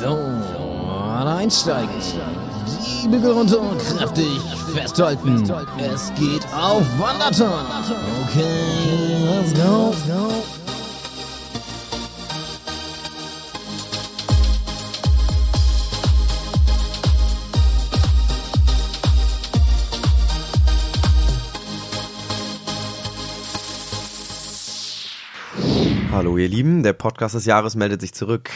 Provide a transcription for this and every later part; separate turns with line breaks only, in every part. So, einsteigen. Die Bügel runter und kräftig festhalten. Es geht auf Wanderton. Okay, let's go.
Hallo ihr Lieben, der Podcast des Jahres meldet sich zurück,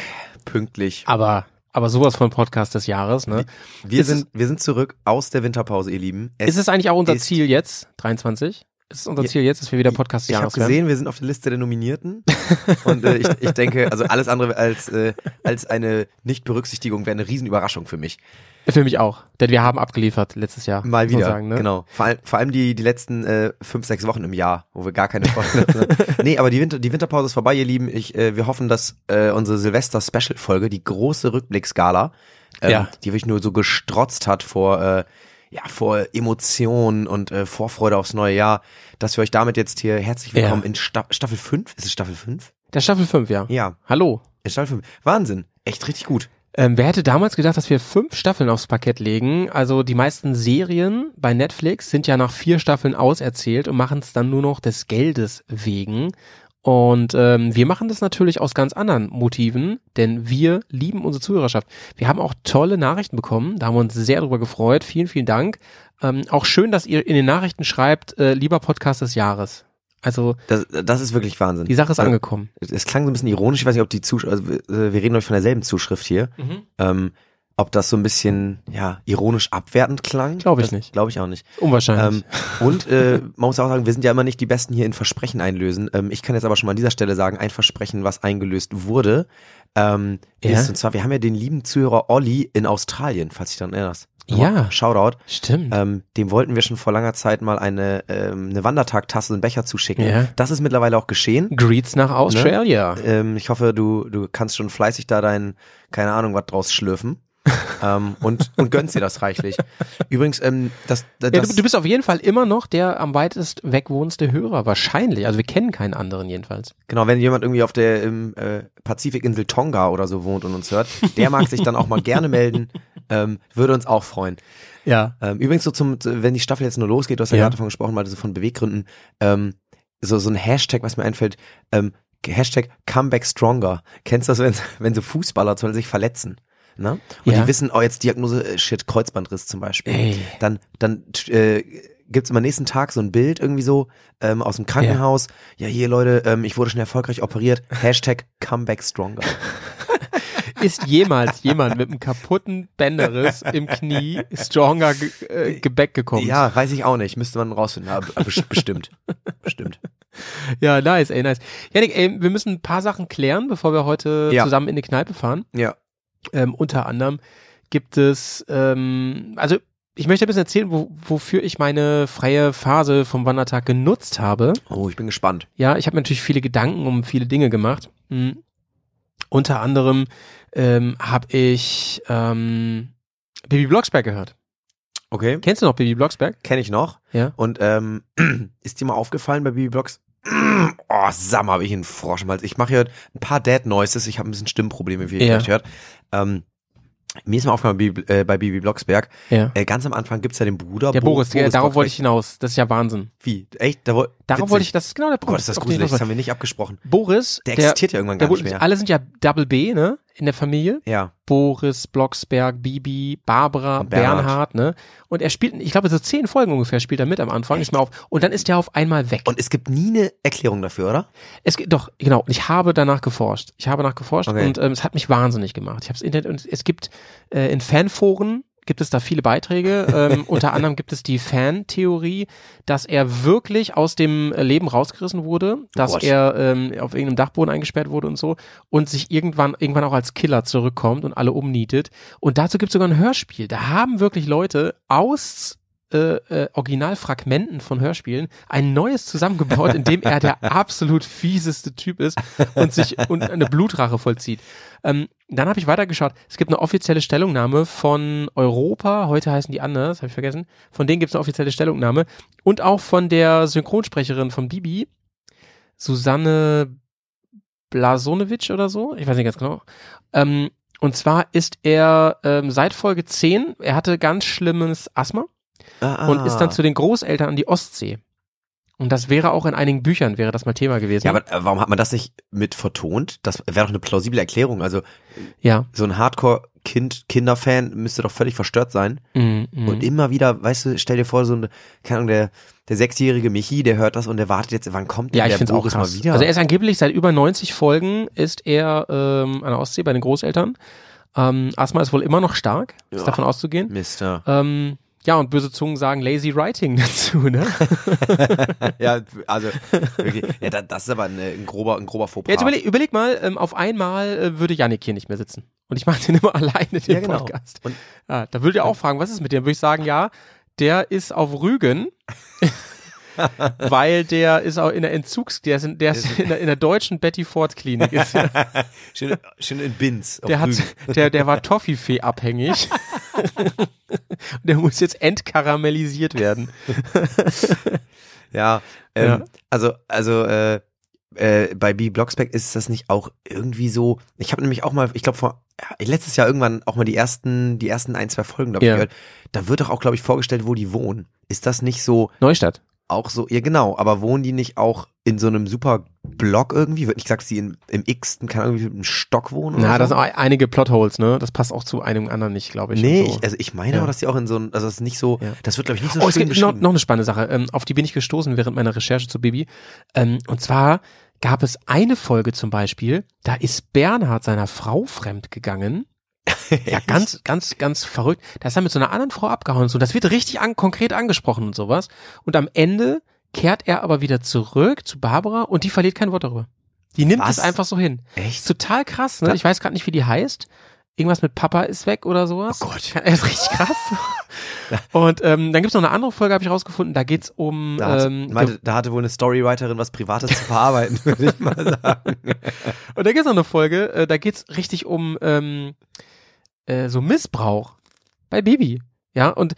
pünktlich.
Aber, aber sowas von Podcast des Jahres, ne?
Wir
Ist es-
sind, wir sind zurück aus der Winterpause, ihr Lieben.
Ist es eigentlich auch unser
ist-
Ziel jetzt, 23? Ist es unser
Ja.
Ziel jetzt, dass wir wieder Podcast des
ich habe
Jahres werden?
gesehen, wir sind auf der Liste der Nominierten und äh, ich, ich denke, also alles andere als, äh, als eine Nichtberücksichtigung wäre eine Riesenüberraschung für mich.
Für mich auch, denn wir haben abgeliefert letztes Jahr.
Mal
muss man
wieder,
sagen, ne?
genau. Vor allem, vor allem die, die letzten äh, fünf, sechs Wochen im Jahr, wo wir gar keine Folgen hatten. ne? Nee, aber die, Winter, die Winterpause ist vorbei, ihr Lieben. Ich, äh, wir hoffen, dass äh, unsere Silvester-Special-Folge, die große Rückblicksgala, ähm,
Ja.
die wirklich nur so gestrotzt hat vor, äh, ja, vor Emotionen und äh, Vorfreude aufs neue Jahr, dass wir euch damit jetzt hier herzlich
Ja.
willkommen in Sta Staffel 5. Ist es Staffel 5?
Der Staffel 5, ja.
Ja,
Hallo.
in Staffel 5. Wahnsinn. Echt richtig gut.
Ähm, wer hätte damals gedacht, dass wir fünf Staffeln aufs Parkett legen? Also die meisten Serien bei Netflix sind ja nach vier Staffeln auserzählt und machen es dann nur noch des Geldes wegen. Und ähm, wir machen das natürlich aus ganz anderen Motiven, denn wir lieben unsere Zuhörerschaft. Wir haben auch tolle Nachrichten bekommen, da haben wir uns sehr drüber gefreut. Vielen, vielen Dank. Ähm, auch schön, dass ihr in den Nachrichten schreibt, äh, lieber Podcast des Jahres. Also
Das, das ist wirklich Wahnsinn.
die Sache ist
Äh,
angekommen.
es klang so ein bisschen ironisch, ich weiß nicht, ob die Zuschrift, also wir äh, wir reden euch von derselben Zuschrift hier, ähm, ob das so ein bisschen, ja, ironisch abwertend klang.
Glaube ich
Das
nicht.
Glaube ich auch nicht.
Unwahrscheinlich.
Ähm, und äh, man muss auch sagen, wir sind ja immer nicht die Besten hier in Versprechen einlösen. Ähm, ich kann jetzt aber schon mal an dieser Stelle sagen, ein Versprechen, was eingelöst wurde, ähm,
Ja?
ist, und zwar, wir haben ja den lieben Zuhörer Olli in Australien, falls dich daran erinnerst.
Ja.
Shoutout.
Stimmt.
Ähm, dem wollten wir schon vor langer Zeit mal eine, ähm, eine Wandertagtasse und einen Becher zuschicken.
Ja.
Das ist mittlerweile auch geschehen.
Greets nach
ne?
Australia.
Ähm, ich hoffe, du, du kannst schon fleißig da dein, keine Ahnung, was draus schlürfen. ähm, und, und gönnst dir das reichlich. Übrigens, ähm, das, das,
Ja, du, du bist auf jeden Fall immer noch der am weitest weg wohnste Hörer, wahrscheinlich. Also wir kennen keinen anderen jedenfalls.
genau, wenn jemand irgendwie auf der im, äh, Pazifikinsel Tonga oder so wohnt und uns hört, der mag sich dann auch mal gerne melden. Ähm, würde uns auch freuen.
Ja.
Ähm, übrigens, so zum, zu- wenn die Staffel jetzt nur losgeht, du hast ja,
Ja.
gerade davon gesprochen, mal so von Beweggründen, ähm, so, so ein Hashtag, was mir einfällt, ähm, Hashtag Comeback Stronger. Kennst du das, wenn, wenn so Fußballer zum Beispiel sich verletzen? Ne? Und
Ja.
die wissen, oh, jetzt Diagnose, äh, shit, Kreuzbandriss zum Beispiel.
Ey.
Dann, dann äh, gibt's immer nächsten Tag so ein Bild irgendwie so ähm, aus dem Krankenhaus. Ja, hier Leute, ähm, ich wurde schon erfolgreich operiert. Hashtag Comeback Stronger.
Ist jemals jemand mit einem kaputten Bänderriss im Knie stronger ge äh, Gebäck gekommen?
ja, weiß ich auch nicht. Müsste man rausfinden. Aber, aber best- bestimmt. Bestimmt.
Ja, nice, ey, nice. Janik, ey, wir müssen ein paar Sachen klären, bevor wir heute
Ja.
zusammen in die Kneipe fahren.
Ja.
Ähm, unter anderem gibt es, ähm, also ich möchte ein bisschen erzählen, wo, wofür ich meine freie Phase vom Wandertag genutzt habe.
Oh, ich bin gespannt.
Ja, ich habe mir natürlich viele Gedanken um viele Dinge gemacht. Mhm. Unter anderem ähm, habe ich ähm, Baby Blocksberg gehört.
Okay.
Kennst du noch Baby Blocksberg?
kenne ich noch.
Ja.
Und ähm, ist dir mal aufgefallen bei Bibi Blogs? Oh, Sam, habe ich einen Frosch im Hals. Ich mache hier ein paar Dead Noises. Ich habe ein bisschen Stimmprobleme, wie ihr
Ja.
vielleicht hört. Ähm, mir ist mal aufgefallen bei Bibi, äh, bei Bibi Blocksberg,
Ja.
äh, ganz am Anfang gibt's ja den Bruder.
Der
Bo-
Boris, ja, darauf wollte ich
Blocksberg.
hinaus. Das ist ja Wahnsinn.
Wie? Echt? Da woll-
Darauf
witzig.
wollte ich, das ist genau der
Oh Gott,
Punkt.
ist das
auf den ich
gruselig.
hinaus
Das haben wir nicht abgesprochen.
wollte. Boris,
Der existiert ja irgendwann
der,
gar
gut,
nicht mehr.
alle sind ja Double B, ne? In der Familie.
Ja.
Boris, Blocksberg, Bibi, Barbara,
Und Bernhard.
Bernhard. ne? Und er spielt, ich glaube, so zehn Folgen ungefähr spielt er mit am Anfang. Ist mal auf. Und dann ist er auf einmal weg.
Und es gibt nie eine Erklärung dafür, oder?
Es gibt doch, genau. Und ich habe danach geforscht. Ich habe danach geforscht
Okay.
und ähm, es hat mich wahnsinnig gemacht. Ich habe Internet und es gibt äh, in Fanforen gibt es da viele Beiträge. Ähm, unter anderem gibt es die Fan-Theorie, dass er wirklich aus dem äh, Leben rausgerissen wurde, dass
Gott.
er ähm, auf irgendeinem Dachboden eingesperrt wurde und so und sich irgendwann irgendwann auch als Killer zurückkommt und alle umnietet. Und dazu gibt es sogar ein Hörspiel. Da haben wirklich Leute aus äh, äh, Originalfragmenten von Hörspielen ein neues zusammengebaut, in dem er der absolut fieseste Typ ist und sich und eine Blutrache vollzieht. Ähm, dann habe ich weitergeschaut. Es gibt eine offizielle Stellungnahme von Europa, heute heißen die anders, habe ich vergessen. Von denen gibt es eine offizielle Stellungnahme und auch von der Synchronsprecherin von Bibi, Susanne Blasonewitsch oder so, ich weiß nicht ganz genau. Ähm, Und zwar ist er ähm, seit Folge 10, er hatte ganz schlimmes Asthma
Ah,
und ist dann zu den Großeltern an die Ostsee. Und das wäre auch in einigen Büchern, wäre das mal Thema gewesen.
Ja, aber äh, warum hat man das nicht mit vertont? Das wäre doch eine plausible Erklärung. Also
ja.
so ein Hardcore-Kind-Kinderfan müsste doch völlig verstört sein.
Mhm, mhm.
Und immer wieder, weißt du, stell dir vor, so eine, keine Ahnung, der, der sechsjährige Michi, der hört das und der wartet jetzt, wann kommt denn
ja, ich
der
finde es auch
Boris
krass.
mal wieder?
Also er ist angeblich seit über 90 Folgen ist er ähm, an der Ostsee bei den Großeltern. Ähm, Asthma ist wohl immer noch stark,
Ja.
ist davon auszugehen.
Mister.
Ähm, ja, und böse Zungen sagen lazy writing dazu, ne?
ja, also, wirklich, ja, da- das ist aber eine, ein grober, ein grober Fauxpas.
Ja, jetzt überleg, überleg mal, ähm, auf einmal äh, würde Yannick hier nicht mehr sitzen. Und ich mache den immer alleine, den
Ja, genau.
Podcast.
Und-
Ah, da würdet ihr auch fragen, was ist mit dem? Würde ich sagen, ja, der ist auf Rügen, weil der ist auch in der Entzugs, der ist in der, ist in der, in der deutschen Betty Ford Klinik. Ist, der
schön, schön in Bins. auf
hat,
Rügen.
der, der war Toffifee abhängig. Und der muss jetzt entkaramellisiert werden.
Ja, ähm,
Ja.
also, also äh, äh, bei B Blocksback ist das nicht auch irgendwie so. Ich habe nämlich auch mal, ich glaube vor ja, letztes Jahr irgendwann auch mal die ersten, die ersten ein, zwei Folgen, glaube ich,
Ja.
gehört. Da wird doch auch, glaube ich, vorgestellt, wo die wohnen. Ist das nicht so
Neustadt.
auch so, ja genau, aber wohnen die nicht auch in so einem super Block irgendwie? Wird nicht gesagt, dass die in, im x-ten, keine Ahnung, wie viel, im Stock wohnen?
Na,
oder
das
so?
sind auch einige Plotholes, ne? Das passt auch zu einem anderen nicht, glaube ich. und
Nee,
so.
ich, also ich meine
Ja.
auch, dass die auch in so einem, also das ist nicht so,
Ja.
das wird, glaube ich, nicht so
Oh, es
schön
gibt noch,
beschrieben.
noch eine spannende Sache, ähm, auf die bin ich gestoßen während meiner Recherche zu Bibi. Ähm, und zwar gab es eine Folge zum Beispiel, da ist Bernhard seiner Frau fremd gegangen. Ja, ganz, ganz, ganz verrückt. Da ist er mit so einer anderen Frau abgehauen und so. Das wird richtig an, konkret angesprochen und sowas. Und am Ende kehrt er aber wieder zurück zu Barbara und die verliert kein Wort darüber. Die nimmt
Was?
es einfach so hin.
Echt?
Ist total krass, ne? Ich weiß gerade nicht, wie die heißt. Irgendwas mit Papa ist weg oder sowas.
Oh Gott.
Ja, ist richtig krass. Und ähm, dann gibt's noch eine andere Folge, habe ich rausgefunden. Da geht's um.
Da, hat,
ähm,
meinte, da hatte wohl eine Storywriterin was Privates zu verarbeiten, würde ich mal sagen.
genau. und da gibt's noch eine Folge, äh, da geht's richtig um ähm, äh, so Missbrauch bei Baby. Ja, und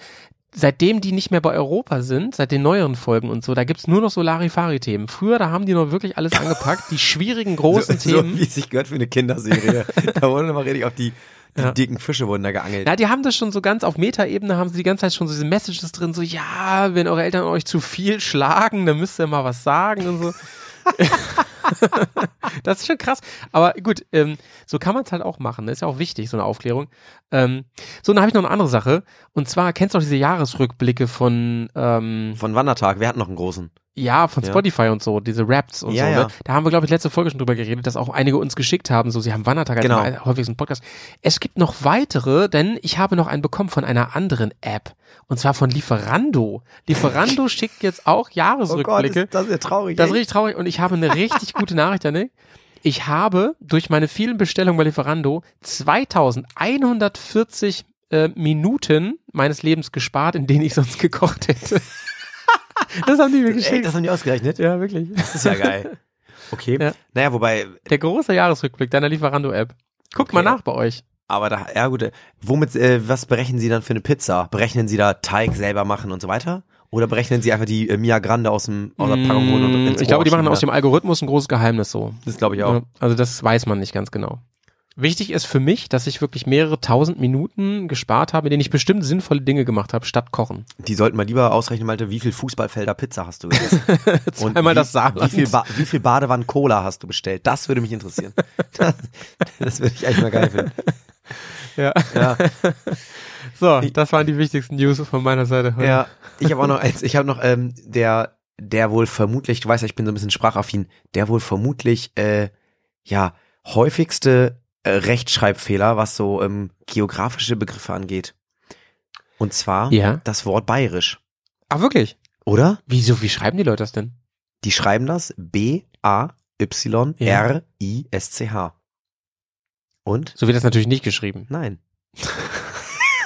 seitdem die nicht mehr bei Europa sind, seit den neueren Folgen und so, da gibt's nur noch so Larifari-Themen. Früher, da haben die noch wirklich alles angepackt, die schwierigen, großen
so,
Themen.
So, wie es sich gehört für eine Kinderserie. da wurden immer richtig auf die, die
Ja.
dicken Fische wurden da geangelt.
Ja, die haben das schon so ganz auf Metaebene, haben sie die ganze Zeit schon so diese Messages drin, so, ja, wenn eure Eltern euch zu viel schlagen, dann müsst ihr mal was sagen und so. das ist schon krass. Aber gut, ähm, so kann man es halt auch machen. Das ist ja auch wichtig, so eine Aufklärung. Ähm, so, dann habe ich noch eine andere Sache. Und zwar, kennst du auch diese Jahresrückblicke von, ähm,
Von Wandertag, wer hat noch einen großen?
ja, von
Ja.
Spotify und so, diese Raps und
Ja,
so. Ne?
ja.
Da haben wir, glaube ich, letzte Folge schon drüber geredet, dass auch einige uns geschickt haben, so sie haben Wandertag als
Genau.
den häufigsten Podcast. Es gibt noch weitere, denn ich habe noch einen bekommen von einer anderen App. Und zwar von Lieferando. Lieferando schickt jetzt auch Jahresrückblicke.
das Oh ist ja traurig.
Oh das ist richtig traurig und ich habe eine richtig gute Nachricht, Janik. Ich habe durch meine vielen Bestellungen bei Lieferando 2140 äh, Minuten meines Lebens gespart, in denen ich sonst gekocht hätte. Das haben die mir geschickt.
Ey, das haben die ausgerechnet.
Ja, wirklich.
Das ist ja geil. Okay.
Ja.
Naja, wobei,
Der große Jahresrückblick deiner Lieferando-App. Guckt
Okay.
mal nach bei euch.
aber da, ja gut, äh, womit, äh, was berechnen Sie dann für eine Pizza? Berechnen Sie da Teig selber machen und so weiter? Oder berechnen Sie einfach die äh, Mia Grande aus, dem, aus der Packung holen und
Mm,
ins
ich glaube, die
Ohr
machen aus
schieben,
dem Algorithmus ein großes Geheimnis so.
ne? Das glaube ich auch.
Ja, Also das weiß man nicht ganz genau. Wichtig ist für mich, dass ich wirklich mehrere tausend Minuten gespart habe, in denen ich bestimmt sinnvolle Dinge gemacht habe, statt kochen.
Die sollten mal lieber ausrechnen, Malte, wie viel Fußballfelder Pizza hast du gegessen? Und
Einmal
wie,
das Saarland.
Wie viel, ba wie viel Badewanne Cola hast du bestellt? Das würde mich interessieren. Das, das würde ich eigentlich mal geil finden.
Ja.
Ja,
So, das waren die wichtigsten News von meiner Seite heute.
ja. Ich habe auch noch eins. Ich habe noch ähm, der, der wohl vermutlich, du weißt ja, ich bin so ein bisschen sprachaffin, der wohl vermutlich, äh, ja, häufigste äh, Rechtschreibfehler, was so ähm, geografische Begriffe angeht. Und zwar
Ja.
das Wort bayerisch,
Ach wirklich?
oder?
Wieso, wie schreiben die Leute das denn?
Die schreiben das B-A-Y-R-I-S-C-H. Und?
So wird das natürlich nicht geschrieben.
Nein.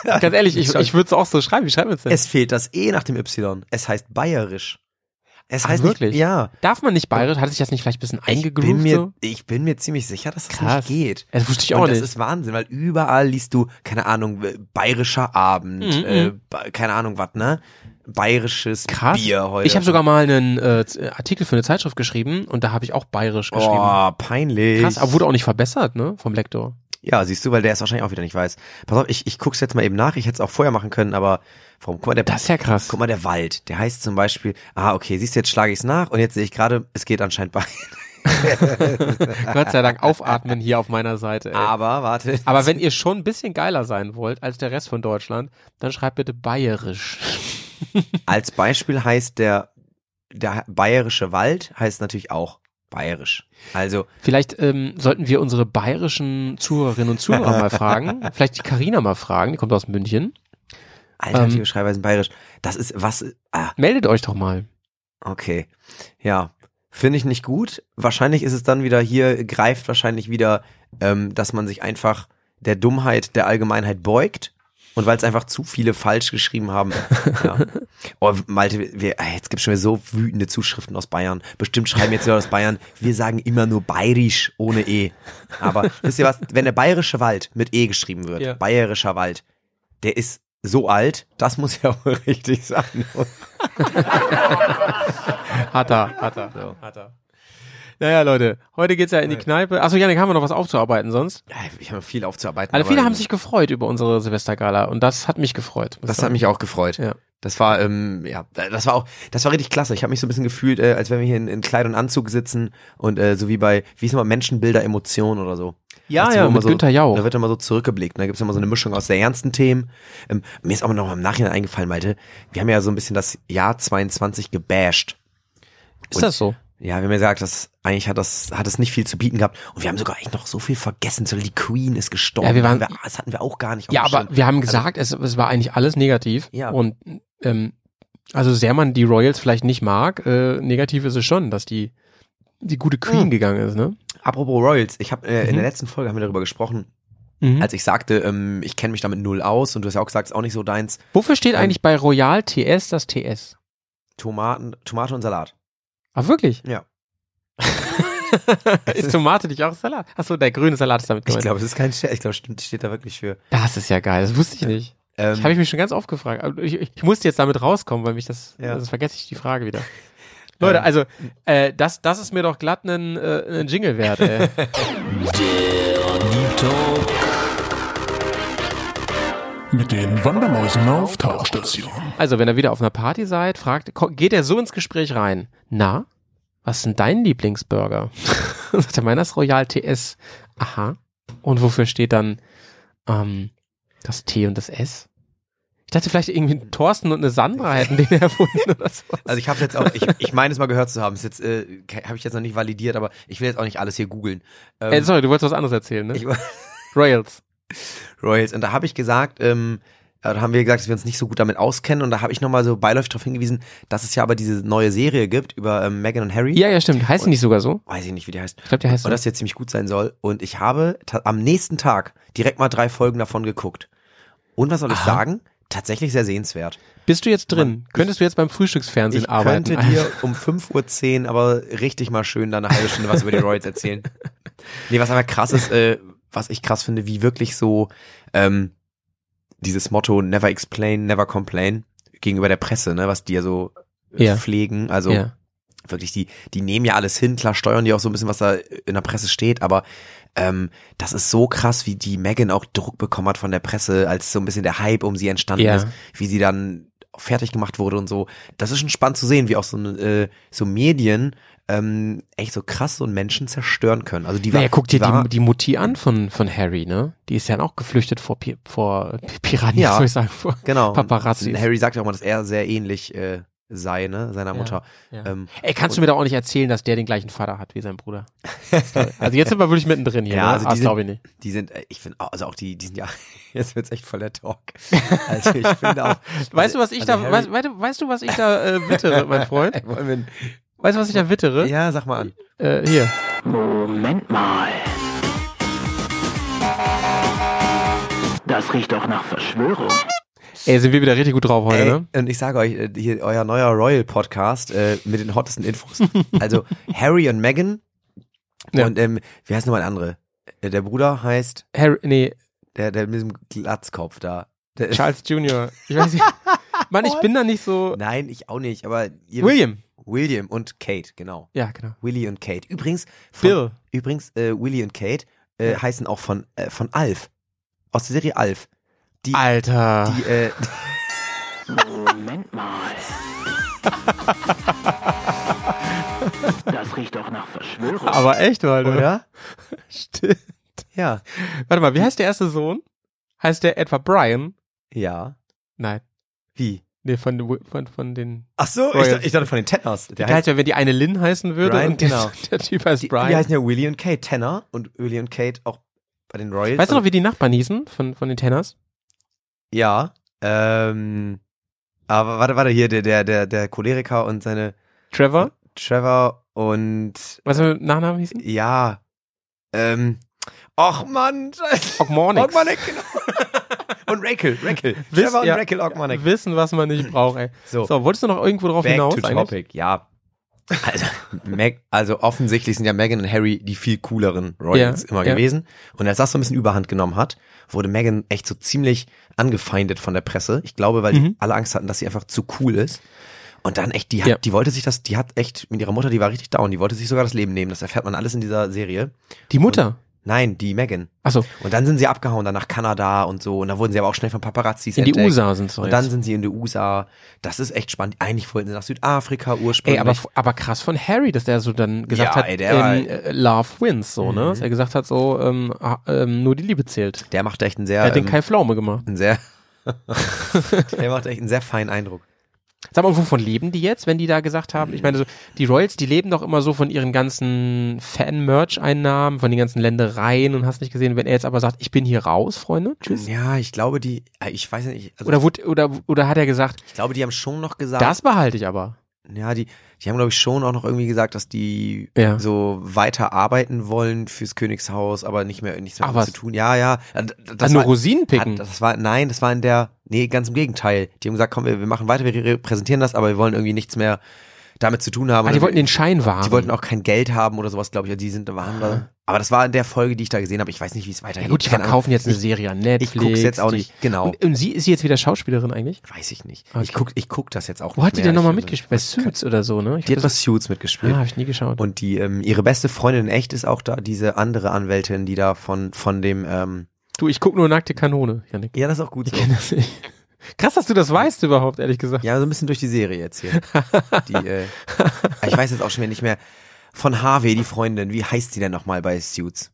Ganz ehrlich, ich, ich würde es auch so schreiben. Wie schreiben wir es denn?
es fehlt das E nach dem Y. Es heißt bayerisch. Es
Ah,
heißt
wirklich?
Nicht, ja.
Darf man nicht bayerisch? Hat sich das nicht vielleicht ein bisschen
Ich bin,
eingegroovt?
mir,
so?
ich bin mir ziemlich sicher, dass das nicht
Krass.
geht.
Das wusste ich
Und
auch
das
nicht.
ist Wahnsinn, weil überall liest du, keine Ahnung, äh, bayerischer Abend,
Mhm,
äh,
mhm.
ba- keine Ahnung was, ne? Bayerisches
Krass.
Bier heute.
Ich habe sogar mal einen äh, Z- äh, Artikel für eine Oh, Zeitschrift geschrieben und da habe ich auch bayerisch geschrieben.
Oh, peinlich.
Krass, aber wurde auch nicht verbessert, ne, vom Lektor.
Ja, siehst du, weil der es wahrscheinlich auch wieder nicht weiß. Pass auf, ich, ich guck's jetzt mal eben nach. Ich hätte es auch vorher machen können, aber warum? Guck mal, der,
Das ist ja krass.
guck mal, der Wald. Der heißt zum Beispiel, ah, okay, siehst du, jetzt schlage ich's nach und jetzt sehe ich gerade, es geht anscheinend bei.
Gott sei Dank aufatmen hier auf meiner Seite. Ey.
Aber, warte.
Äh. Aber wenn ihr schon ein bisschen geiler sein wollt als der Rest von Deutschland, dann schreibt bitte bayerisch.
Als Beispiel heißt der, der bayerische Wald heißt natürlich auch bayerisch. Also,
Vielleicht ähm, sollten wir unsere bayerischen Zuhörerinnen und Zuhörer mal fragen. Vielleicht die Karina mal fragen, die kommt aus München.
alternative
Ähm.
Schreibweisen bayerisch. Das ist, was, ah,
Meldet euch doch mal.
okay. Ja. Finde ich nicht gut. Wahrscheinlich ist es dann wieder hier, greift wahrscheinlich wieder, ähm, dass man sich einfach der Dummheit der Allgemeinheit beugt. Und weil es einfach zu viele falsch geschrieben haben. Ja. Oh, Malte, wir, ah, jetzt gibt es schon wieder so wütende Zuschriften aus Bayern. Bestimmt schreiben jetzt wieder aus Bayern, wir sagen immer nur bayerisch ohne E. Aber wisst ihr was, wenn der bayerische Wald mit E geschrieben wird,
Ja.
bayerischer Wald, der ist so alt, das muss ja wohl richtig sein.
Hat er, hat er, hat er. Naja, Leute, heute geht's ja in die Kneipe. Achso, Janik, haben wir noch was aufzuarbeiten sonst?
Ja, Ich habe viel aufzuarbeiten.
Also
aber
viele haben sich gefreut über unsere Silvestergala und das hat mich gefreut. muss ich
Das hat
sagen.
mich auch gefreut.
Ja.
Das war, ähm, ja, das war auch, das war richtig klasse. Ich habe mich so ein bisschen gefühlt, äh, als wenn wir hier in, in Kleid und Anzug sitzen und äh, so wie bei, wie ist immer, Menschenbilder, Emotionen oder so.
Ja,
Weißt du,
ja,
wo immer
mit
so,
Günther Jauch.
Da wird immer so zurückgeblickt. Ne? Da gibt's immer so eine Mischung aus sehr ernsten Themen. Ähm, mir ist aber noch mal im Nachhinein eingefallen, Malte, wir haben ja so ein bisschen das Jahr 22 gebasht.
Ist das so?
Ja, wir haben ja gesagt, dass eigentlich hat das hat es nicht viel zu bieten gehabt und wir haben sogar eigentlich noch so viel vergessen. So die Queen ist gestorben.
Ja, wir waren-
Haben wir- das hatten wir auch gar nicht. auf
Ja,
dem
aber
Schirm.
wir haben gesagt, es, es war eigentlich alles negativ.
Also Ja.
Und ähm, also sehr man die Royals vielleicht nicht mag, äh, negativ ist es schon, dass die die gute Queen
Mhm.
gegangen ist, ne?
Apropos Royals, ich habe äh, in
Mhm.
der letzten Folge haben wir darüber gesprochen,
Mhm.
als ich sagte, ähm, ich kenne mich damit null aus und du hast ja auch gesagt, ist auch nicht so deins.
Wofür steht
ähm,
eigentlich bei Royal TS das TS?
Tomaten, Tomate und Salat.
Ah, wirklich?
Ja.
ist Tomate nicht auch Salat? Achso, der grüne Salat ist damit
Ich
gemeint.
glaube, es ist kein Scherz. Ich glaube, stimmt, steht da wirklich für.
das ist ja geil, das wusste ich nicht.
Ähm,
Ich habe ich mich schon ganz oft gefragt. Aber Ich, ich musste jetzt damit rauskommen, weil mich das,
Ja.
sonst vergesse ich die Frage wieder. Leute,
Ähm.
also äh, das, das ist mir doch glatt ein äh, nen Jingle wert. Ey.
Mit den Wandermäusen auf Tauchstation.
Also, wenn ihr wieder auf einer Party seid, fragt, ko- geht er so ins Gespräch rein. Na, was ist denn dein Lieblingsburger? Sagt er, meiner ist Royal TS. Aha. Und wofür steht dann ähm, das T und das S? Ich dachte vielleicht irgendwie einen Thorsten und eine Sandra hätten den erfunden oder so.
Hm. also ich habe jetzt auch, ich, ich meine es mal gehört zu haben. Ist jetzt äh, habe ich jetzt noch nicht validiert, aber ich will jetzt auch nicht alles hier googeln. Ähm,
äh, sorry, du wolltest was anderes erzählen, ne?
ich,
Royals.
Royals. Und da habe ich gesagt, ähm, äh, da haben wir gesagt, dass wir uns nicht so gut damit auskennen. Und da habe ich nochmal so beiläufig darauf hingewiesen, dass es ja aber diese neue Serie gibt über ähm, Meghan und Harry.
Ja, ja, stimmt. Heißt die nicht sogar so?
Weiß ich nicht, wie die heißt.
Ich glaube, die heißt so.
und Oh, das jetzt ziemlich gut sein soll. Und ich habe ta- am nächsten Tag direkt mal drei Folgen davon geguckt. Und was soll ich sagen? Tatsächlich sehr sehenswert.
Bist du jetzt drin? Könntest du jetzt beim Frühstücksfernsehen
Ich
arbeiten?
könnte dir um 5.10 Uhr aber richtig mal schön dann eine halbe Stunde was über die Royals erzählen. Nee, was aber krass ist, äh, was ich krass finde, wie wirklich so ähm, dieses Motto Never explain, never complain gegenüber der Presse, ne, was die ja so äh,
Ja.
pflegen. Also
ja.
wirklich, die, die nehmen ja alles hin, klar steuern die auch so ein bisschen, was da in der Presse steht, aber ähm, das ist so krass, wie die Megan auch Druck bekommen hat von der Presse, als so ein bisschen der Hype um sie entstanden
Ja.
ist, wie sie dann fertig gemacht wurde und so. Das ist schon spannend zu sehen, wie auch so, ne, äh, so Medien ähm, echt so krass so einen Menschen zerstören können. Also die war,
Naja, guck dir
war
die, die Mutti an von, von Harry, ne? Die ist ja auch geflüchtet vor, Pi vor Pi- Piranhas,
Ja.
soll ich sagen. Vor.
genau.
Paparazzi.
Und Harry sagt ja auch mal, dass er sehr ähnlich äh, sei, ne, seiner Mutter.
Ja.
Ähm,
Ey, kannst du mir doch auch nicht erzählen, dass der den gleichen Vater hat wie sein Bruder? Also jetzt sind wir wirklich mittendrin hier,
Ja,
ne?
also die
das
sind-
glaube ich nicht.
Die sind, äh, ich finde, also auch die, die sind ja, jetzt wird's echt voll der Talk. Also ich finde auch.
Weißt du, was ich
also
da,
Harry-
weißt, weißt, du- weißt du, was ich da äh, wittere, mein Freund?
Wollen
Weißt du, was ich da wittere?
wir, ja, sag mal an.
Äh, hier.
Moment mal. Das riecht doch nach Verschwörung.
Ey, sind wir wieder richtig gut drauf heute,
Ey,
ne?
Und ich sage euch, äh, hier euer neuer Royal Podcast äh, mit den hottesten Infos. Also Harry und Meghan
Ja.
und ähm, wie heißt nochmal der andere? Äh, Der Bruder heißt
Harry, nee,
der, der mit dem Glatzkopf da. Der,
Charles Jr. Ich weiß nicht. Mann, ich bin da nicht so.
Nein, ich auch nicht, aber ihr-
William.
William und Kate, genau.
Ja, genau.
Willy und Kate. Übrigens, von,
Bill.
übrigens äh, Willy und Kate. äh, äh, heißen auch von, äh, von Alf. Aus der Serie Alf. Die,
Alter.
die, äh,
Moment mal. Das riecht doch nach Verschwörung.
aber echt, weil
oder?
Stimmt.
Ja.
Warte mal, wie heißt der erste Sohn? Heißt der etwa Brian?
Ja.
Nein.
Wie?
Nee, von, den- von, von den.
Ach so, ich,
Royal-
dachte- ich dachte von den Tenners. Der
Geil wäre, wenn die eine Lynn heißen würde
Brian,
und der-
genau.
der Typ heißt
die, die
Brian.
heißen ja Willie und Kate Tanner und Willie und Kate auch bei den Royals.
weißt du noch,
Also-
wie die Nachbarn hießen von, von den Tenners?
Ja. Ähm, aber warte, warte, hier, der, der, der, der Choleriker und seine
Trevor?
Trevor und
Weißt du, wie die Nachnamen hießen?
ja. Ähm. Och Mann, scheiße.
Ogmornix.
Ogmanek, genau. und Rakel, Rakel.
Wisst
Trevor und
ihr-
Rakel Ogmanek.
Wissen, was man nicht braucht, ey.
So,
So, wolltest du noch irgendwo drauf
back
hinaus
to
eigentlich?
topic, ja. Also, Meg, also offensichtlich sind ja Meghan und Harry die viel cooleren Royals
Ja,
immer
ja.
gewesen. Und als das so ein bisschen Überhand genommen hat, wurde Meghan echt so ziemlich angefeindet von der Presse. Ich glaube, weil die
Mhm.
alle Angst hatten, dass sie einfach zu cool ist. Und dann echt, die hat,
Ja.
die wollte sich das, die hat echt mit ihrer Mutter, die war richtig down, die wollte sich sogar das Leben nehmen. Das erfährt man alles in dieser Serie.
Die Mutter.
Nein, die Meghan.
Achso,
Und dann sind sie abgehauen, dann nach Kanada und so. Und dann wurden sie aber auch schnell von Paparazzis
in die
entdeckt.
USA sind so
Und
jetzt.
dann sind sie in die USA. Das ist echt spannend. Eigentlich wollten sie nach Südafrika ursprünglich.
Ey, aber, aber krass von Harry, dass der so dann
Ja,
gesagt hat,
ey, der war- Mhm.
ähm, äh, Love wins, so, ne? Dass er gesagt hat, so, ähm, ah, ähm, nur die Liebe zählt.
der macht echt einen
Er
sehr,
hat den
ähm,
Kai Pflaume gemacht.
einen sehr, der macht echt einen sehr feinen Eindruck.
Sag mal, wovon leben die jetzt, wenn die da gesagt haben? Ich meine, so, die Royals, die leben doch immer so von ihren ganzen Fan-Merch-Einnahmen, von den ganzen Ländereien und hast nicht gesehen, wenn er jetzt aber sagt, ich bin hier raus, Freunde, tschüss.
Ja, ich glaube, die, äh, ich weiß nicht, also
Oder, wurde, oder, oder hat er gesagt,
ich glaube, die haben schon noch gesagt,
das behalte ich aber.
ja, die, die haben, glaube ich, schon auch noch irgendwie gesagt, dass die
Ja.
so weiter arbeiten wollen fürs Königshaus, aber nicht mehr, nichts mehr
Ach,
damit
was?
zu tun. Ja, ja. Äh, d- d-
Das
war-
nur Rosinen picken.
Hat, das war, nein, das war in der, nee, ganz im Gegenteil. Die haben gesagt, komm, wir, wir machen weiter, wir repräsentieren das, aber wir wollen irgendwie nichts mehr damit zu tun haben.
ah,
Und
die wollten den Schein wahren.
die wollten auch kein Geld haben oder sowas, glaube ich. Die sind, waren da. Aber das war in der Folge, die ich da gesehen habe. Ich weiß nicht, wie es weitergeht.
Ah. Ja gut, die
Keine Ahnung.
verkaufen jetzt eine Serie an Netflix.
Ich guck's jetzt auch
die-
nicht. Genau.
Und, und sie ist sie jetzt wieder Schauspielerin eigentlich?
Weiß ich nicht.
Okay.
Ich guck, ich guck das jetzt auch
Wo hat die denn
Ich-
nochmal mitgespielt? Bei Suits oder so, ne? Ich
Die
hab
hat
das-
was Suits
Ah,
mitgespielt.
hab ich nie geschaut.
Und die, ähm, ihre beste Freundin in echt ist auch da, diese andere Anwältin, die da von, von dem, ähm,
du, ich guck nur nackte Kanone, Janik.
ja, das ist auch gut
Ich
so.
kenne das nicht. Krass, dass du das weißt überhaupt, ehrlich gesagt.
Ja, so ein bisschen durch die Serie jetzt hier. Die, äh, ich weiß jetzt auch schon wieder nicht mehr. Von Harvey, die Freundin, wie heißt die denn nochmal bei Suits?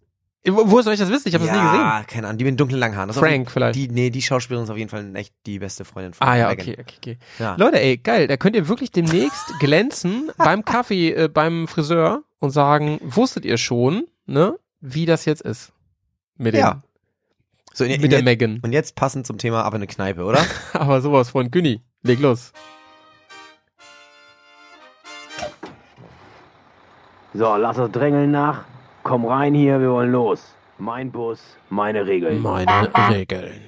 Wo, woher soll ich das wissen? Ich habe
ja,
das nie gesehen.
keine Ahnung, die mit den dunklen langen Haaren. Das ist
Frank
auf-
vielleicht.
Die, nee, die Schauspielerin ist auf jeden Fall in echt die beste Freundin von
Ah ja,
Meghan.
okay, okay, okay.
Ja.
Leute, ey, geil, da könnt ihr wirklich demnächst glänzen beim Kaffee, äh, beim Friseur und sagen, wusstet ihr schon, ne, wie das jetzt ist? Mit, dem,
Ja. So, in, in,
mit der
jetzt,
Megan.
und jetzt passend zum Thema ab in eine Kneipe, oder?
Aber sowas von Günni. Leg los.
So, lass uns drängeln nach. Komm rein hier, wir wollen los. Mein Bus, meine Regeln.
Meine Regeln.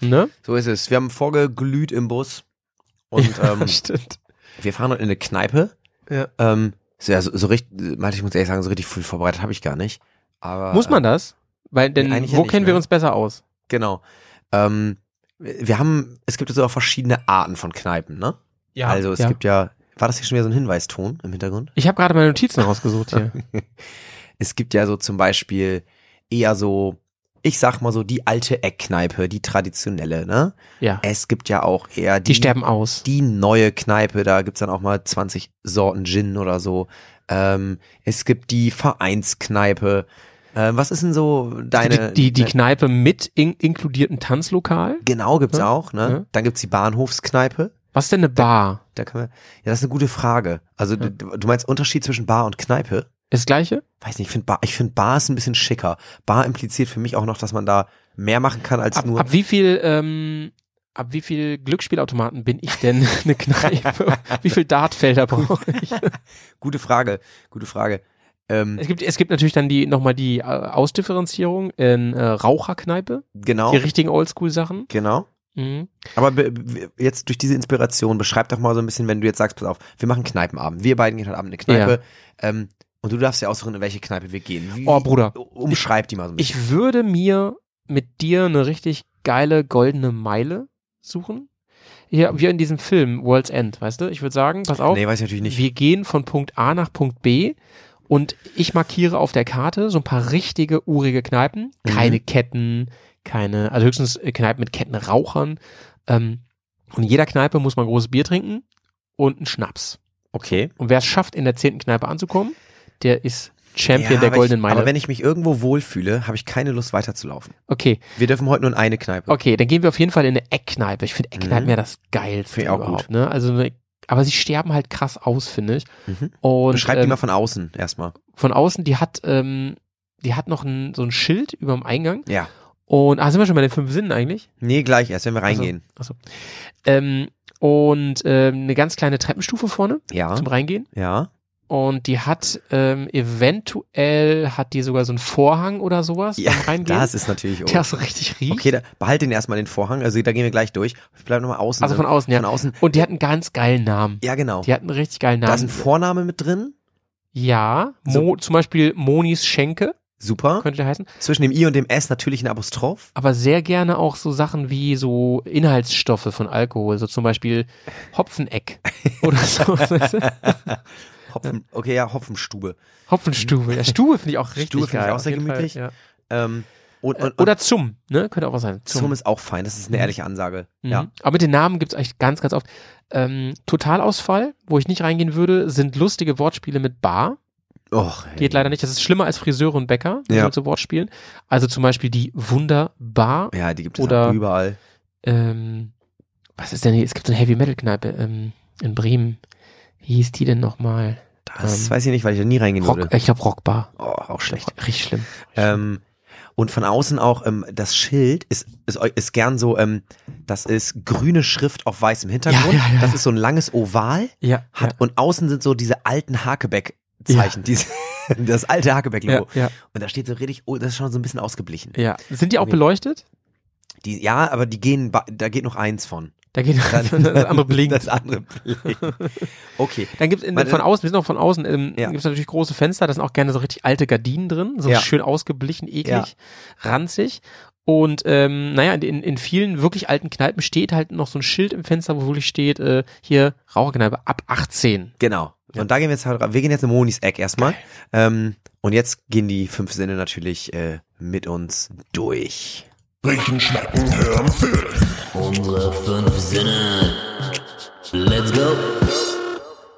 Ne?
so ist es. Wir haben vorgeglüht im Bus und ähm,
Stimmt.
wir fahren heute in eine Kneipe.
Ja.
Ähm, so, ja, so, so richtig, Malte, ich muss ehrlich sagen, so richtig viel vorbereitet habe ich gar nicht. Aber,
Muss man das? Weil, denn
eigentlich ja
wo
nicht,
kennen wir
ne?
uns besser aus?
Genau. Ähm, wir haben, es gibt also auch verschiedene Arten von Kneipen, ne?
Ja.
also es gibt ja, war das hier schon wieder so ein Hinweiston im Hintergrund?
Ich habe gerade meine Notizen rausgesucht hier.
Es gibt ja so zum Beispiel eher so, ich sag mal so, die alte Eckkneipe, die traditionelle, ne?
Ja.
Es gibt ja auch eher die,
Die sterben aus.
die neue Kneipe, da gibt's dann auch mal 20 Sorten Gin oder so. Ähm, es gibt die Vereinskneipe. Ähm, was ist denn so deine.
die, die, die Kneipe mit in, inkludierten Tanzlokal?
genau gibt's
Ja.
auch, ne?
Ja.
Dann gibt's die Bahnhofskneipe.
Was ist denn eine Bar?
Da kann man, ja, das ist eine gute Frage. Also
Ja.
du, du meinst Unterschied zwischen Bar und Kneipe?
Ist das gleiche?
Weiß nicht, ich finde Bar, ich find Bar ist ein bisschen schicker. Bar impliziert für mich auch noch, dass man da mehr machen kann als
Ab,
nur.
ab wie viel, ähm, ab wie viel Glücksspielautomaten bin ich denn eine Kneipe? wie viel Dartfelder brauche ich?
Gute Frage, gute Frage. Ähm,
Es gibt, es gibt natürlich dann die, nochmal die äh, Ausdifferenzierung in äh, Raucherkneipe.
genau,
Die richtigen Oldschool-Sachen.
genau.
Mhm.
Aber be, be, jetzt durch diese Inspiration, beschreib doch mal so ein bisschen, wenn du jetzt sagst, pass auf, wir machen Kneipenabend. Wir beiden gehen heute Abend in eine Kneipe. Ähm, und du darfst ja aussuchen, in welche Kneipe wir gehen. Wie,
Oh, Bruder.
Umschreib die mal so ein bisschen.
Ich würde mir mit dir eine richtig geile goldene Meile suchen. Hier, wie in diesem Film World's End, weißt du? Ich würde sagen, pass auf,
nee, weiß ich natürlich nicht.
wir gehen von Punkt A nach Punkt B Und ich markiere auf der Karte so ein paar richtige urige Kneipen.
Mhm.
Keine Ketten, keine, also höchstens äh, Kneipen mit Kettenrauchern. Ähm, und in jeder Kneipe muss man ein großes Bier trinken und einen Schnaps.
Okay.
Und wer es schafft, in der zehnten Kneipe anzukommen, der ist Champion
Ja,
der
aber
Goldenen
ich,
Meile.
Aber wenn ich mich irgendwo wohlfühle, habe ich keine Lust weiterzulaufen.
okay,
Wir dürfen heute nur in eine Kneipe.
okay, dann gehen wir auf jeden Fall in eine Eckkneipe. Ich finde Eckkneipen
Mhm.
ja das geilste
Find ich auch gut.
überhaupt. Ne? Also, eine- aber sie sterben halt krass aus, finde ich.
Mhm.
Und
Beschreib die
ähm,
mal von außen erstmal.
von außen, die hat, ähm, die hat noch ein, so ein Schild über dem Eingang.
Ja.
Und, ah, sind wir schon bei den fünf Sinnen eigentlich?
Nee, gleich erst, wenn wir
Also-
reingehen.
Ähm, und ähm, eine ganz kleine Treppenstufe vorne
Ja.
zum Reingehen.
Ja.
Und die hat ähm, eventuell hat die sogar so einen Vorhang oder sowas
Ja,
beim Reingehen.
Das ist natürlich.
der so richtig riecht.
Okay, da, behalte den erstmal den Vorhang. Also da gehen wir gleich durch. Ich bleib nochmal außen.
also von außen, ja.
Von außen.
Und die hat einen ganz geilen Namen.
Ja, genau.
Die hat einen richtig geilen
Da ist ein
Namen.
Vorname mit drin.
Ja, Mo,
So. Ah.
zum Beispiel Monis Schenke
Super.
könnte der heißen.
Zwischen dem I und dem S natürlich ein Apostroph.
Aber sehr gerne auch so Sachen wie so Inhaltsstoffe von Alkohol, so zum Beispiel Hopfeneck oder so.
Hopfen, okay, ja, Hopfenstube.
Hopfenstube. Ja, Stube finde ich auch richtig
Stube finde ich
geil.
auch sehr
auf jeden
gemütlich.
Fall,
Ähm, und,
ja.
und,
Oder Zum, ne? Könnte auch was sein.
und Zum ist auch fein. Das ist eine ehrliche Ansage.
Mhm.
Ja.
Aber mit den Namen gibt's eigentlich ganz, ganz oft. Ähm, Totalausfall, wo ich nicht reingehen würde, sind lustige Wortspiele mit Bar.
Och,
Geht leider nicht. Das ist schlimmer als Friseure und Bäcker, die
Ja.
mit so Wortspielen. Also zum Beispiel die Wunderbar.
Ja, die gibt es
Oder-
auch überall.
Ähm, was ist denn hier? Es gibt so eine Heavy-Metal-Kneipe ähm, in Bremen. Wie hieß die denn nochmal?
Das
Ähm,
weiß ich nicht, weil ich da nie reingehen
Rock,
würde.
ich glaube Rockbar.
Oh, auch schlecht.
Richtig schlimm.
Ähm, und von außen auch ähm, das Schild ist, ist, ist gern so, ähm, das ist grüne Schrift auf weißem Hintergrund.
Ja, ja, ja.
das ist so ein langes Oval.
Ja,
Hat, Und außen sind so diese alten Hakebeck-Zeichen. diese- Das alte
ja,
Hakebeck-Logo.
ja,
Und da steht so richtig, oh, das ist schon so ein bisschen ausgeblichen.
ja. Sind die auch
Nee.
beleuchtet?
Die, ja, aber die gehen, ba- da geht noch eins von.
Da geht das andere blinkt.
Das andere blinkt. Okay.
Dann gibt's in,
Weil-
von außen, wir sind auch von außen, ähm,
Ja.
gibt's natürlich große Fenster, da sind auch gerne so richtig alte Gardinen drin, so
Ja.
schön ausgeblichen, eklig,
Ja.
ranzig. Und ähm, naja, in, in, in vielen wirklich alten Kneipen steht halt noch so ein Schild im Fenster, wo wirklich steht, äh, hier Raucherkneipe ab 18.
Genau. Und da gehen wir jetzt halt, ra- wir gehen jetzt in Monis Eck erstmal. Ähm, und jetzt gehen die fünf Sinne natürlich äh, mit uns durch.
Riechen, schmecken, hören, fühlen.
Unsere fünf Sinne. Let's go.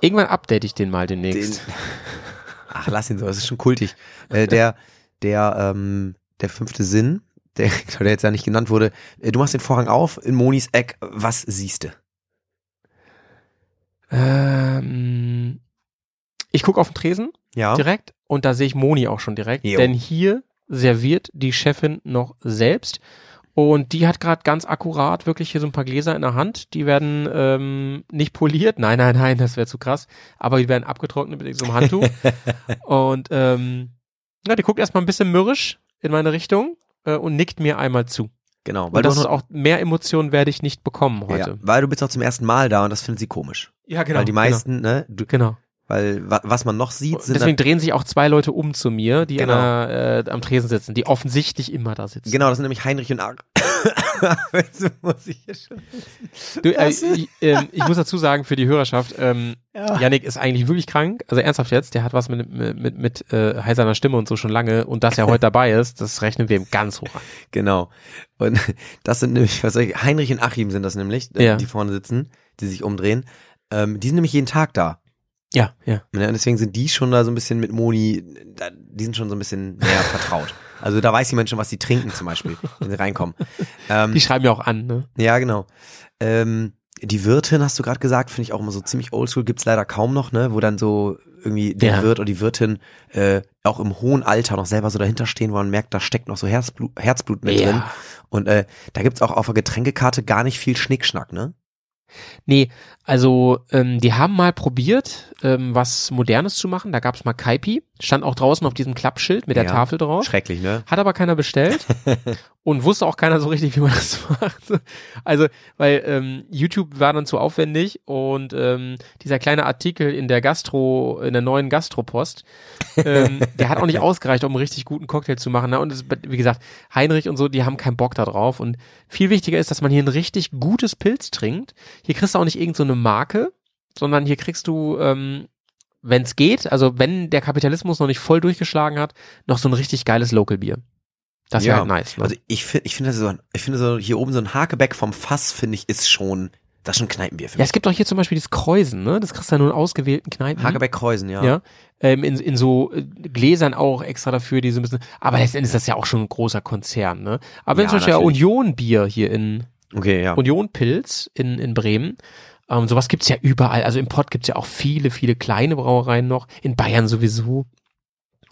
Irgendwann update ich den mal
Den,
demnächst.
ach, lass ihn so, das ist schon kultig. Äh, der, der, ähm, der fünfte Sinn, der, der jetzt ja nicht genannt wurde, äh, du machst den Vorhang auf, in Monis Eck, was siehst du?
Ähm, ich gucke auf den Tresen
Ja.
direkt und da sehe ich Moni auch schon direkt,
Jo.
denn hier serviert die Chefin noch selbst und die hat gerade ganz akkurat wirklich hier so ein paar Gläser in der Hand, die werden ähm, nicht poliert, nein, nein, nein, das wäre zu krass, aber die werden abgetrocknet mit so einem Handtuch und ähm, ja, die guckt erstmal ein bisschen mürrisch in meine Richtung äh, und nickt mir einmal zu.
Genau.
Weil und
du
das
auch
ist
noch-
auch, mehr Emotionen werde ich nicht bekommen
ja,
heute.
weil du bist auch zum ersten Mal da und das findet sie komisch.
Ja, genau.
weil die meisten, ne, du,
Genau.
weil wa, was man noch sieht, sind
Deswegen drehen sich auch zwei Leute um zu mir, die
Genau.
an der, äh, am Tresen sitzen, die offensichtlich immer da sitzen.
Genau, das sind nämlich Heinrich und Ar Jetzt muss ich hier schon.
Du, äh, ich, ähm, ich muss dazu sagen, für die Hörerschaft, ähm, Yannick ist eigentlich wirklich krank, also ernsthaft jetzt, der hat was mit, mit, mit, mit äh, heiserer Stimme und so schon lange und dass er heute dabei ist, das rechnen wir ihm ganz hoch an.
Genau. Und das sind nämlich, was soll ich, Heinrich und Achim sind das nämlich, äh,
Ja.
die vorne sitzen, die sich umdrehen. Ähm, die sind nämlich jeden Tag da.
Ja, ja.
Ne? Und deswegen sind die schon da so ein bisschen mit Moni, da, die sind schon so ein bisschen näher vertraut. Also da weiß jemand schon, was die trinken zum Beispiel, wenn sie reinkommen. Ähm,
Die schreiben ja auch an, ne?
ja, genau. Ähm, die Wirtin, hast du gerade gesagt, finde ich auch immer so ziemlich oldschool, gibt's leider kaum noch, ne? Wo dann so irgendwie der
Ja.
Wirt oder die Wirtin äh, auch im hohen Alter noch selber so dahinter stehen, wo man merkt, da steckt noch so Herzblut, Herzblut mit drin. Und äh, da gibt's auch auf der Getränkekarte gar nicht viel Schnickschnack, ne?
Nee, also ähm, die haben mal probiert, ähm, was Modernes zu machen. Da gab's mal Kaipi, stand auch draußen auf diesem Klappschild mit der
Ja.
Tafel drauf.
Schrecklich, ne?
Hat aber keiner bestellt und wusste auch keiner so richtig, wie man das macht. Also, weil ähm, YouTube war dann zu aufwendig und ähm, dieser kleine Artikel in der Gastro, in der neuen Gastropost, ähm, der hat auch nicht ausgereicht, um einen richtig guten Cocktail zu machen. Ne? Und es, wie gesagt, Heinrich und so, die haben keinen Bock da drauf. Und viel wichtiger ist, dass man hier ein richtig gutes Pilz trinkt. Hier kriegst du auch nicht irgendeine so eine Marke, sondern hier kriegst du ähm, wenn es geht, also wenn der Kapitalismus noch nicht voll durchgeschlagen hat, noch so ein richtig geiles Local Bier. Das wäre
Ja.
halt nice. Ne?
Also ich finde, ich finde so, ein- ich finde so hier oben so ein Hakeback vom Fass finde ich ist schon, das ist schon Kneipenbier für
ja,
mich.
es gibt auch hier zum Beispiel dieses Kreuzen, ne? Das kriegst du ja nur in ausgewählten Kneipen.
Hakeback Kreuzen, ja.
Ja. Ähm, in, in so äh, Gläsern auch extra dafür, die so ein bisschen. Aber letzten Endes ist das ja auch schon ein großer Konzern, ne? Aber wenn
Ja,
zum Beispiel
natürlich.
Union Bier hier in
Okay, ja.
Union Pilz in, in Bremen. Ähm, sowas gibt's ja überall. Also im Pott gibt's ja auch viele, viele kleine Brauereien noch. In Bayern sowieso.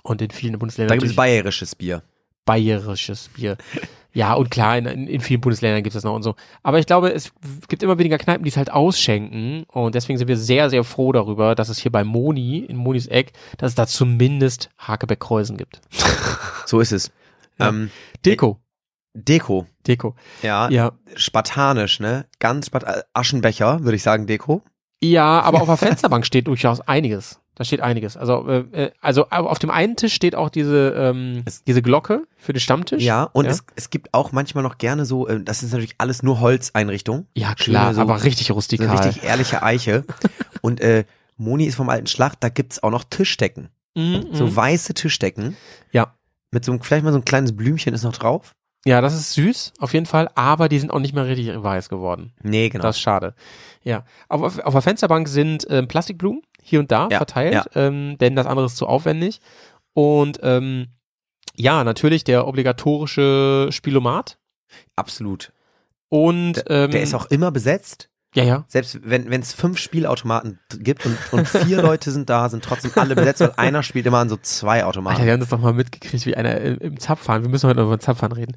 Und in vielen
da
Bundesländern
gibt es
natürlich
bayerisches Bier.
bayerisches Bier. Ja, und klar, in, in vielen Bundesländern gibt's das noch und so. Aber ich glaube, es gibt immer weniger Kneipen, die es halt ausschenken. Und deswegen sind wir sehr, sehr froh darüber, dass es hier bei Moni, in Monis Eck, dass es da zumindest Hakebeck-Kreuzen gibt.
So ist es.
Ja.
Ähm,
Deko.
Deko.
Deko.
Ja,
Ja.
spartanisch, ne? Ganz spartanisch. Aschenbecher, würde ich sagen, Deko.
Ja, aber auf der Fensterbank steht durchaus einiges. Da steht einiges. Also, äh, äh, also aber auf dem einen Tisch steht auch diese, ähm,
Es-
diese Glocke für den Stammtisch.
Ja, und
Ja.
Es, es gibt auch manchmal noch gerne so, ähm, das ist natürlich alles nur Holzeinrichtung.
ja klar,
Schöne so-
aber richtig
So
rustikal.
richtig ehrliche Eiche. und äh, Moni ist vom alten Schlacht, da gibt's auch noch Tischdecken.
Mhm, mhm.
So weiße Tischdecken.
Ja.
Mit so einem, vielleicht mal so ein kleines Blümchen ist noch drauf.
ja, das ist süß, auf jeden Fall, aber die sind auch nicht mehr richtig weiß geworden.
Nee, genau.
Das ist schade. Ja. Aber auf, auf der Fensterbank sind ähm, Plastikblumen hier und da
Ja,
verteilt,
ja.
Ähm, denn das andere ist zu aufwendig. Und ähm, ja, natürlich der obligatorische Spielomat.
Absolut.
Und ähm,
Der ist auch immer besetzt.
ja, ja.
Selbst wenn es fünf Spielautomaten gibt und, und vier Leute sind da, sind trotzdem alle besetzt, weil einer spielt immer an so zwei
Alter,
Automaten.
wir haben das doch mal mitgekriegt, wie einer im, im Zapfahren, wir müssen heute noch über den Zapfahren reden.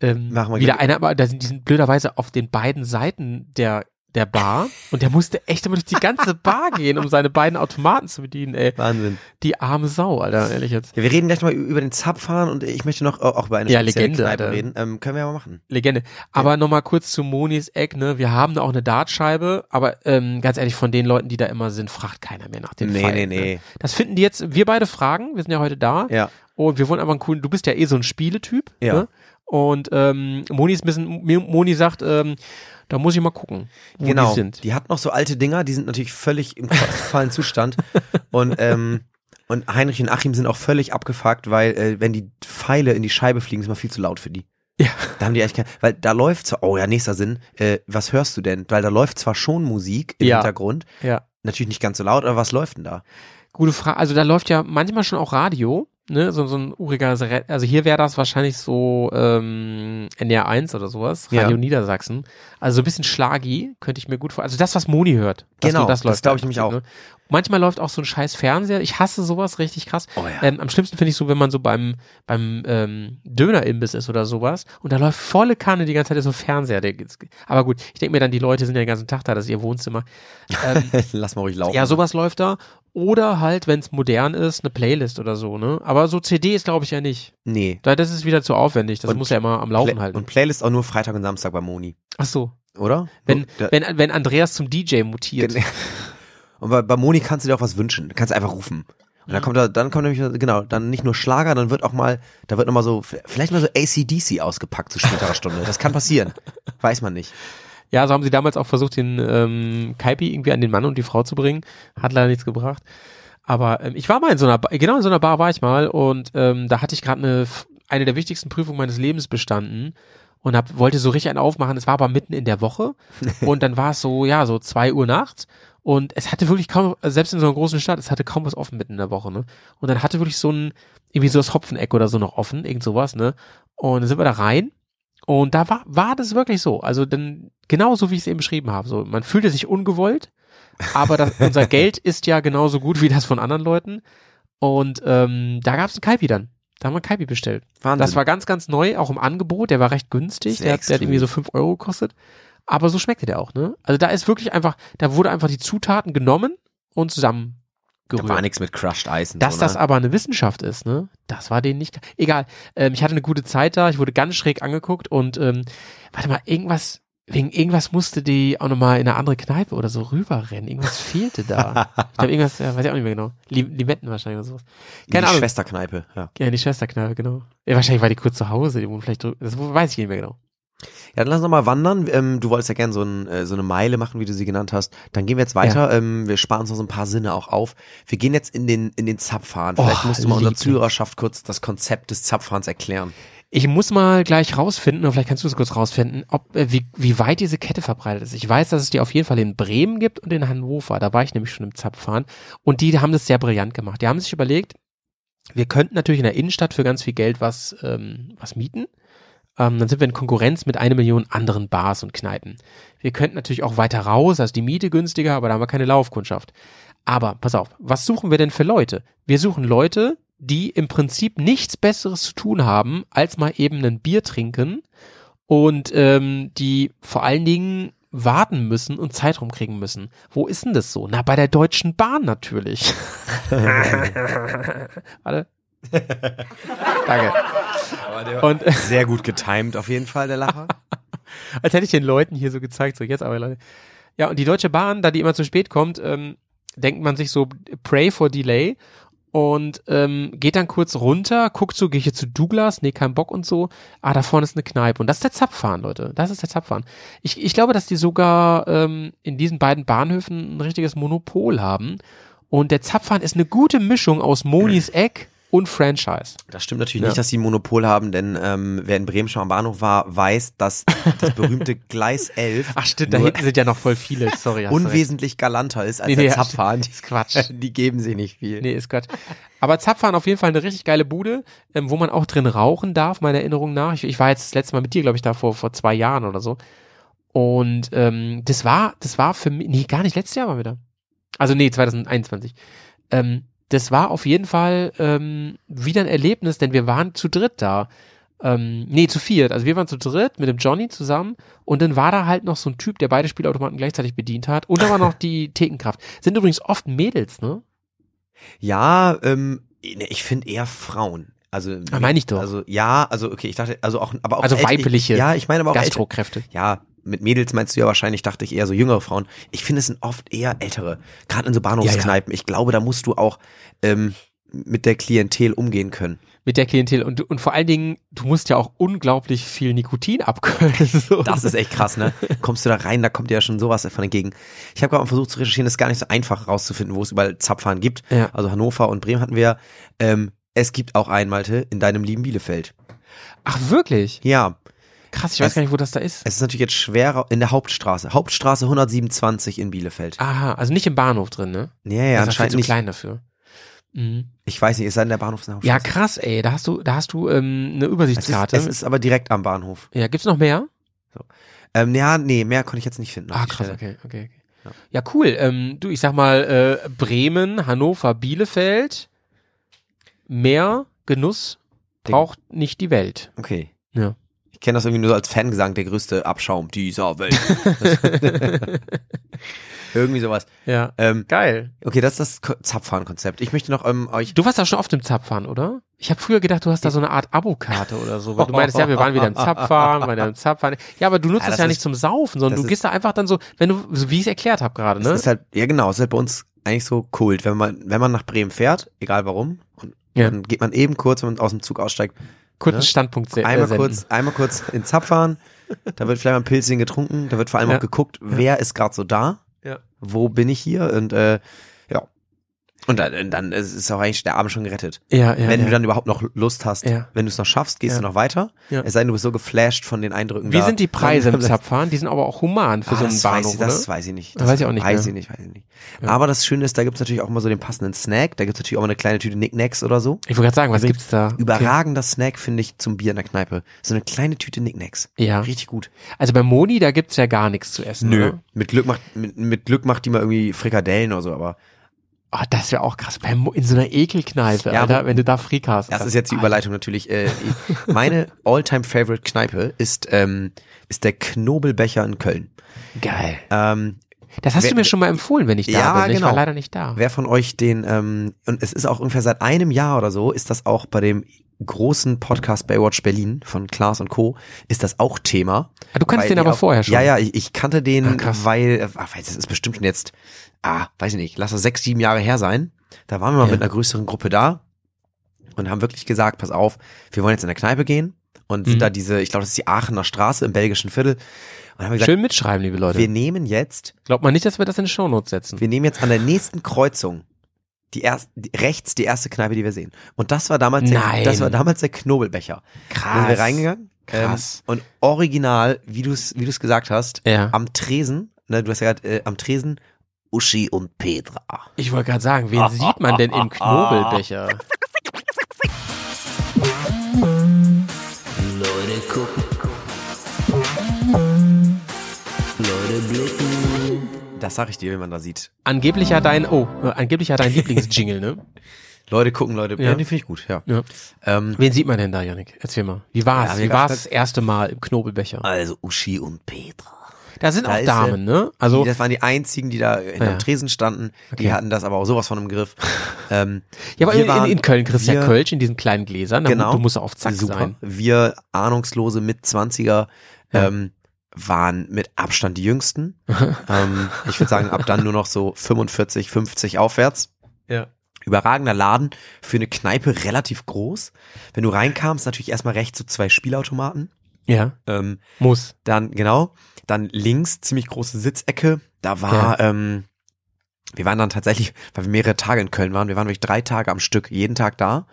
Ähm,
Machen wir
wieder
gleich.
einer, aber da sind, die sind blöderweise auf den beiden Seiten der, der Bar und der musste echt immer durch die ganze Bar gehen, um seine beiden Automaten zu bedienen, ey.
Wahnsinn.
Die arme Sau, Alter, ehrlich jetzt.
Ja, wir reden gleich noch mal über den Zapfahren und ich möchte noch äh, auch über eine
Ja,
spezielle
Legende,
Kneipe
Alter.
reden. Ähm, können wir ja mal machen.
Legende. Aber nochmal kurz zu Monis Eck, ne? Wir haben da auch eine Dartscheibe, aber ähm, ganz ehrlich, von den Leuten, die da immer sind, fragt keiner mehr nach den
Nee,
Pfeilen,
nee, nee.
Ne? Das finden die jetzt, wir beide fragen, wir sind ja heute da.
Ja.
Und wir wollen einfach einen coolen, du bist ja eh so ein Spieletyp.
Ja.
Ne? Und ähm, Moni ist ein bisschen, Moni sagt, ähm, da muss ich mal gucken, wo
genau.
die sind.
Die hat noch so alte Dinger, die sind natürlich völlig im katastrophalen Zustand. Und, ähm, und Heinrich und Achim sind auch völlig abgefuckt, weil äh, wenn die Pfeile in die Scheibe fliegen, ist man viel zu laut für die.
Ja.
Da haben die eigentlich keine, weil da läuft so, oh ja, nächster Sinn, äh, was hörst du denn? Weil da läuft zwar schon Musik im
Ja.
Hintergrund,
Ja.
natürlich nicht ganz so laut, aber was läuft denn da?
Gute Frage. Also da läuft ja manchmal schon auch Radio, ne? So, so ein uriger, Se- also hier wäre das wahrscheinlich so ähm, NDR 1 oder sowas, Radio
Ja.
Niedersachsen. Also so ein bisschen Schlagi, könnte ich mir gut vorstellen. Also das, was Moni hört. das-
Genau, das
läuft
glaub ich
da im
nämlich
Prinzip, ne? Manchmal läuft auch so ein scheiß Fernseher. Ich hasse sowas richtig krass.
Oh ja.
Ähm, am schlimmsten finde ich so, wenn man so beim, beim ähm, Dönerimbiss ist oder sowas und da läuft volle Kanne die ganze Zeit so ein Fernseher. Der, aber gut, ich denke mir dann, die Leute sind ja den ganzen Tag da, das ist ihr Wohnzimmer. Ähm,
Lass mal ruhig laufen.
ja, sowas läuft da. Oder halt, wenn es modern ist, eine Playlist oder so, ne? Aber so CDs glaube ich ja nicht.
Nee.
Da- Das ist wieder zu aufwendig. Das
Und
muss ja immer am
Play-
Laufen halten.
Und Playlist auch nur Freitag und Samstag bei Moni,
Ach so.
oder?
Wenn,
Da-
wenn, wenn Andreas zum DJ mutiert.
Gen- Und bei, bei Moni kannst du dir auch was wünschen. Du kannst einfach rufen. Und dann kommt da, dann kommt nämlich, genau, dann nicht nur Schlager, dann wird auch mal, da wird nochmal so, vielleicht mal so ACDC ausgepackt zu späterer Stunde. Das kann passieren. Weiß man nicht.
Ja, so haben sie damals auch versucht, den ähm, Kaipi irgendwie an den Mann und die Frau zu bringen. Hat leider nichts gebracht. Aber ähm, ich war mal in so einer, Ba- genau in so einer Bar war ich mal und ähm, da hatte ich gerade eine, F- eine der wichtigsten Prüfungen meines Lebens bestanden und hab, wollte so richtig einen aufmachen. Es war aber mitten in der Woche und dann war es so, ja, so zwei Uhr nachts und es hatte wirklich kaum, also selbst in so einer großen Stadt, es hatte kaum was offen mitten in der Woche, ne? Und dann hatte wirklich so ein, irgendwie so das Hopfeneck oder so noch offen, irgend sowas, ne? Und dann sind wir da rein und da war, war das wirklich so. Also dann, genau so wie ich es eben beschrieben habe. So, man fühlte sich ungewollt, aber das, unser Geld ist ja genauso gut wie das von anderen Leuten. Und ähm, da gab es einen Kaipi dann. Da haben wir einen Kaipi bestellt.
Wahnsinn.
Das war ganz, ganz neu, auch im Angebot. Der war recht günstig.
Sehr
Der hat, der hat
extrem.
irgendwie so 5 Euro gekostet. Aber so schmeckte der auch, ne? Also da ist wirklich einfach, da wurde einfach die Zutaten genommen und
da war
zusammengerührt.
nichts mit Crushed Ice und
Dass
so, ne?
das aber eine Wissenschaft ist, ne? Das war denen nicht klar. Egal. Ähm, ich hatte eine gute Zeit da, ich wurde ganz schräg angeguckt und ähm, warte mal, irgendwas, wegen irgendwas musste die auch nochmal in eine andere Kneipe oder so rüberrennen. Irgendwas fehlte da. ich glaube, irgendwas, ja, weiß ich auch nicht mehr genau. Lim- Limetten wahrscheinlich oder sowas. Keine
Die
Ahnung.
Schwesterkneipe, ja.
Ja, in die Schwesterkneipe, genau. Ja, wahrscheinlich war die kurz zu Hause, die wohnen vielleicht drüben. Das weiß ich nicht mehr genau.
Ja, dann lass noch mal wandern. Ähm, du wolltest ja gerne so, ein, äh, so eine Meile machen, wie du sie genannt hast. Dann gehen wir jetzt weiter. Ähm, wir sparen uns noch so ein paar Sinne auch auf. Wir gehen jetzt in den, in den Zapfhahn. Vielleicht
Oh,
musst du mal unserer
Lieblings.
Zuhörerschaft kurz das Konzept des Zapfhahns erklären.
Ich muss mal gleich rausfinden, oder vielleicht kannst du es kurz rausfinden, ob, äh, wie, wie weit diese Kette verbreitet ist. Ich weiß, dass es die auf jeden Fall in Bremen gibt und in Hannover. Da war ich nämlich schon im Zapfahren. Und die haben das sehr brillant gemacht. Die haben sich überlegt, wir könnten natürlich in der Innenstadt für ganz viel Geld was, ähm, was mieten. Ähm, dann sind wir in Konkurrenz mit einer Million anderen Bars und Kneipen. Wir könnten natürlich auch weiter raus, also die Miete günstiger, aber da haben wir keine Laufkundschaft. Aber pass auf, was suchen wir denn für Leute? Wir suchen Leute, die im Prinzip nichts Besseres zu tun haben, als mal eben ein Bier trinken und ähm, die vor allen Dingen warten müssen und Zeit rumkriegen müssen. Wo ist denn das so? Na, bei der Deutschen Bahn natürlich. Warte. Danke. Und
Sehr gut getimed auf jeden Fall, der Lacher.
als hätte ich den Leuten hier so gezeigt, so jetzt aber Leute. Ja, und die Deutsche Bahn, da die immer zu spät kommt, ähm, denkt man sich so, pray for delay und ähm, geht dann kurz runter, guckt so, gehe ich hier zu Douglas, nee, kein Bock und so. Ah, da vorne ist eine Kneipe und das ist der Zapfahren, Leute, das ist der Zapfahren. Ich, ich glaube, dass die sogar ähm, in diesen beiden Bahnhöfen ein richtiges Monopol haben und der Zapfahren ist eine gute Mischung aus Monis Eck und Franchise.
Das stimmt natürlich nicht, dass sie ein Monopol haben, denn ähm, wer in Bremen schon am Bahnhof war, weiß, dass das berühmte Gleis 11
Ach stimmt, da
Nur-
hinten sind ja noch voll viele, sorry. hast du recht.
unwesentlich galanter ist als
Nee, nee,
der
ja,
Zapfhahn.
stimmt, ist Quatsch.
Die geben sie nicht viel.
Nee, ist Quatsch. Aber Zapfahren auf jeden Fall eine richtig geile Bude, ähm, wo man auch drin rauchen darf, meiner Erinnerung nach. Ich, ich war jetzt das letzte Mal mit dir, glaube ich, da vor, vor zwei Jahren oder so. Und ähm, das war, das war für mich, nee, gar nicht, letztes Jahr mal wieder. Also nee, 2021. Ähm, das war auf jeden Fall ähm, wieder ein Erlebnis, denn wir waren zu dritt da. Ähm, nee, zu viert. Also wir waren zu dritt mit dem Johnny zusammen und dann war da halt noch so ein Typ, der beide Spielautomaten gleichzeitig bedient hat und da war noch die Thekenkraft. Sind übrigens oft Mädels, ne?
Ja, ähm, nee, ich finde eher Frauen. Also
Ah, meine ich doch.
Also ja, also okay, ich dachte, also auch, aber auch
Also
älter- ich-
weibliche
Ja, ich meine aber auch ältere-
Gastrokräfte.
ja, mit Mädels meinst du ja wahrscheinlich, dachte ich eher so jüngere Frauen. Ich finde, es sind oft eher ältere, gerade in so Bahnhofskneipen. Ich glaube, da musst du auch ähm, mit der Klientel umgehen können.
mit der Klientel und, und vor allen Dingen, du musst ja auch unglaublich viel Nikotin abkönnen. So.
Das ist echt krass, ne? Kommst du da rein, da kommt dir ja schon sowas von entgegen. Ich habe gerade mal versucht zu recherchieren, das ist gar nicht so einfach rauszufinden, wo es überall Zapfahren gibt.
Ja.
Also Hannover und Bremen hatten wir. ja. Ähm, es gibt auch einen, Malte, in deinem lieben Bielefeld.
Ach wirklich?
Ja,
Krass, ich weiß
Es-
gar nicht, wo das da ist.
es ist natürlich jetzt schwerer in der Hauptstraße. Hauptstraße 127 in Bielefeld.
Aha, also nicht im Bahnhof drin, ne?
Ja, ja,
das ist viel
anscheinend
zu
nicht.
klein dafür. Mhm.
Ich weiß nicht, es sei denn, der Bahnhof ist in der
Ja,
Hauptstraße.
krass, ey. Da hast du, da hast du ähm, eine
es ist,
Übersichtskarte.
es ist aber direkt am Bahnhof.
ja, gibt's noch mehr?
Ähm, ja, nee, mehr konnte ich jetzt nicht finden. auf
Ah,
die
krass,
Schnelle.
okay, okay. okay. Ja. cool. Ähm, du, ich sag mal, äh, Bremen, Hannover, Bielefeld. Mehr Genuss braucht nicht die Welt.
Okay.
Ja.
Ich kenne das irgendwie nur so als Fangesang, der größte Abschaum dieser Welt. irgendwie sowas.
Ja.
Ähm,
Geil.
okay, das ist das Ko- Zapfhahn-Konzept. Ich möchte noch ähm, euch.
Du warst da schon oft im Zapfahren, oder? Ich habe früher gedacht, du hast da so eine Art Abokarte oder so, weil du meinst, ja, wir waren wieder im Zapfahren, wir waren wieder im Zapfahren. Ja, aber du nutzt
Ja,
das
das
ja
ist-
nicht zum Saufen, sondern
das
du
ist-
gehst da einfach dann so, wenn du, so wie ich es erklärt habe gerade,
Das
ne?
ist halt, ja genau, es ist halt bei uns eigentlich so Kult. Wenn man, wenn man nach Bremen fährt, egal warum, und
Ja.
dann geht man eben kurz, wenn man aus dem Zug aussteigt,
Kurzen
ne?
Standpunkt se- äh,
einmal
senden.
kurz, einmal kurz in Zapfahren, da wird vielleicht mal ein Pilzchen getrunken, da wird vor allem
Ja.
auch geguckt, wer ist gerade so da,
Ja.
wo bin ich hier und äh, ja. Und dann, dann ist auch eigentlich der Abend schon gerettet.
Ja, ja.
wenn
ja.
du dann überhaupt noch Lust hast,
Ja.
wenn du es noch schaffst, gehst
Ja.
du noch weiter.
Ja.
Es sei denn, du bist so geflasht von den Eindrücken.
wie
da.
sind die Preise im
Dann-
Zapfahren? Die sind aber auch human für
Ah,
so einen
das
Bahnhof,
weiß ich,
ne? oder?
das weiß ich nicht.
Das weiß ich auch nicht ne?
Weiß
mehr.
ich nicht, weiß ich nicht. Aber das Schöne ist, da gibt's natürlich auch mal so den passenden Snack. Da gibt's natürlich auch mal eine kleine Tüte Nicknacks oder so.
ich wollte gerade sagen, was
Also
gibt's da?
Überragender Snack finde ich zum Bier in der Kneipe. So eine kleine Tüte Nicknacks.
Ja.
Richtig gut.
Also bei Moni, da gibt's ja gar nichts zu essen. Oder?
Mit Glück macht, mit, mit Glück macht die mal irgendwie Frikadellen oder so, aber
Oh, das wäre auch krass. Bei Mo in so einer Ekelkneipe,
Ja,
Alter,
wo-
wenn du da Freak hast.
das ist jetzt die Überleitung natürlich. Äh, ich- meine All-Time-Favorite-Kneipe ist, ähm, ist der Knobelbecher in Köln.
Geil.
Ähm,
Das hast
Wer-
du mir schon mal empfohlen, wenn ich da
Ja,
bin. Ich war
genau.
leider nicht da.
Wer von euch den, ähm, und es ist auch ungefähr seit einem Jahr oder so, ist das auch bei dem großen Podcast Baywatch Berlin von Klaas und Co. ist das auch Thema.
Ah, du kannst
Weil
den
die
aber
auch-
vorher schon.
Ja, ja, ich, ich kannte den,
Ah, krass.
weil, äh, ach, weiß, das ist bestimmt schon jetzt, ah, weiß ich nicht, lass das sechs, sieben Jahre her sein. Da waren wir mal
Ja.
mit einer größeren Gruppe da und haben wirklich gesagt, pass auf, wir wollen jetzt in der Kneipe gehen. und
Mhm.
sind da diese, ich glaube, das ist die Aachener Straße im belgischen Viertel. Und dann haben wir gesagt,
Schön mitschreiben, liebe Leute.
wir nehmen jetzt,
Glaubt man nicht, dass wir das in die Shownotes setzen.
wir nehmen jetzt an der nächsten Kreuzung die erst, die, rechts die erste Kneipe, die wir sehen. Und das war damals, der,
Nein.
das war damals der Knobelbecher. Da sind wir reingegangen.
Krass.
Ähm, und original, wie du es wie du's gesagt hast,
Ja.
am Tresen, ne, du hast ja gerade äh, am Tresen, Uschi und Petra.
Ich wollte gerade sagen, wen sieht man denn im Knobelbecher?
Leute gucken. Leute blicken.
Das sag ich dir, wenn man da sieht.
Angeblich ja dein, oh, äh, angeblich ja dein Lieblingsjingle, ne?
Leute gucken, Leute. Ja,
Ja.
die finde ich gut, ja.
Ja.
Ähm,
Wen sieht man denn da, Janik? Erzähl mal. Wie war's?
Ja, wir
Wie war's
gab's
das erste Mal im Knobelbecher?
also Uschi und Petra.
Da sind
da
auch
ist,
Damen, ne? Also,
die, das waren die einzigen, die da hinterm
ja.
Tresen standen. Die
Okay.
hatten das aber auch sowas von im Griff. Ähm,
ja, aber
wir
in, in,
waren-
in Köln kriegst du ja
wir-
Kölsch in diesen kleinen Gläsern. Da mu-
Genau.
Du musst auf Zack
Super.
sein.
Wir ahnungslose Mitzwanziger
Ja.
ähm, waren mit Abstand die jüngsten. ähm, ich würde sagen, ab dann nur noch so 45, 50 aufwärts.
Ja.
Überragender Laden für eine Kneipe relativ groß. Wenn du reinkamst, natürlich erstmal rechts so zwei Spielautomaten.
Ja.
Ähm,
Muss.
dann, genau, dann links ziemlich große Sitzecke. Da war, ähm, wir waren dann tatsächlich, weil wir mehrere Tage in Köln waren, wir waren wirklich drei Tage am Stück, jeden Tag da.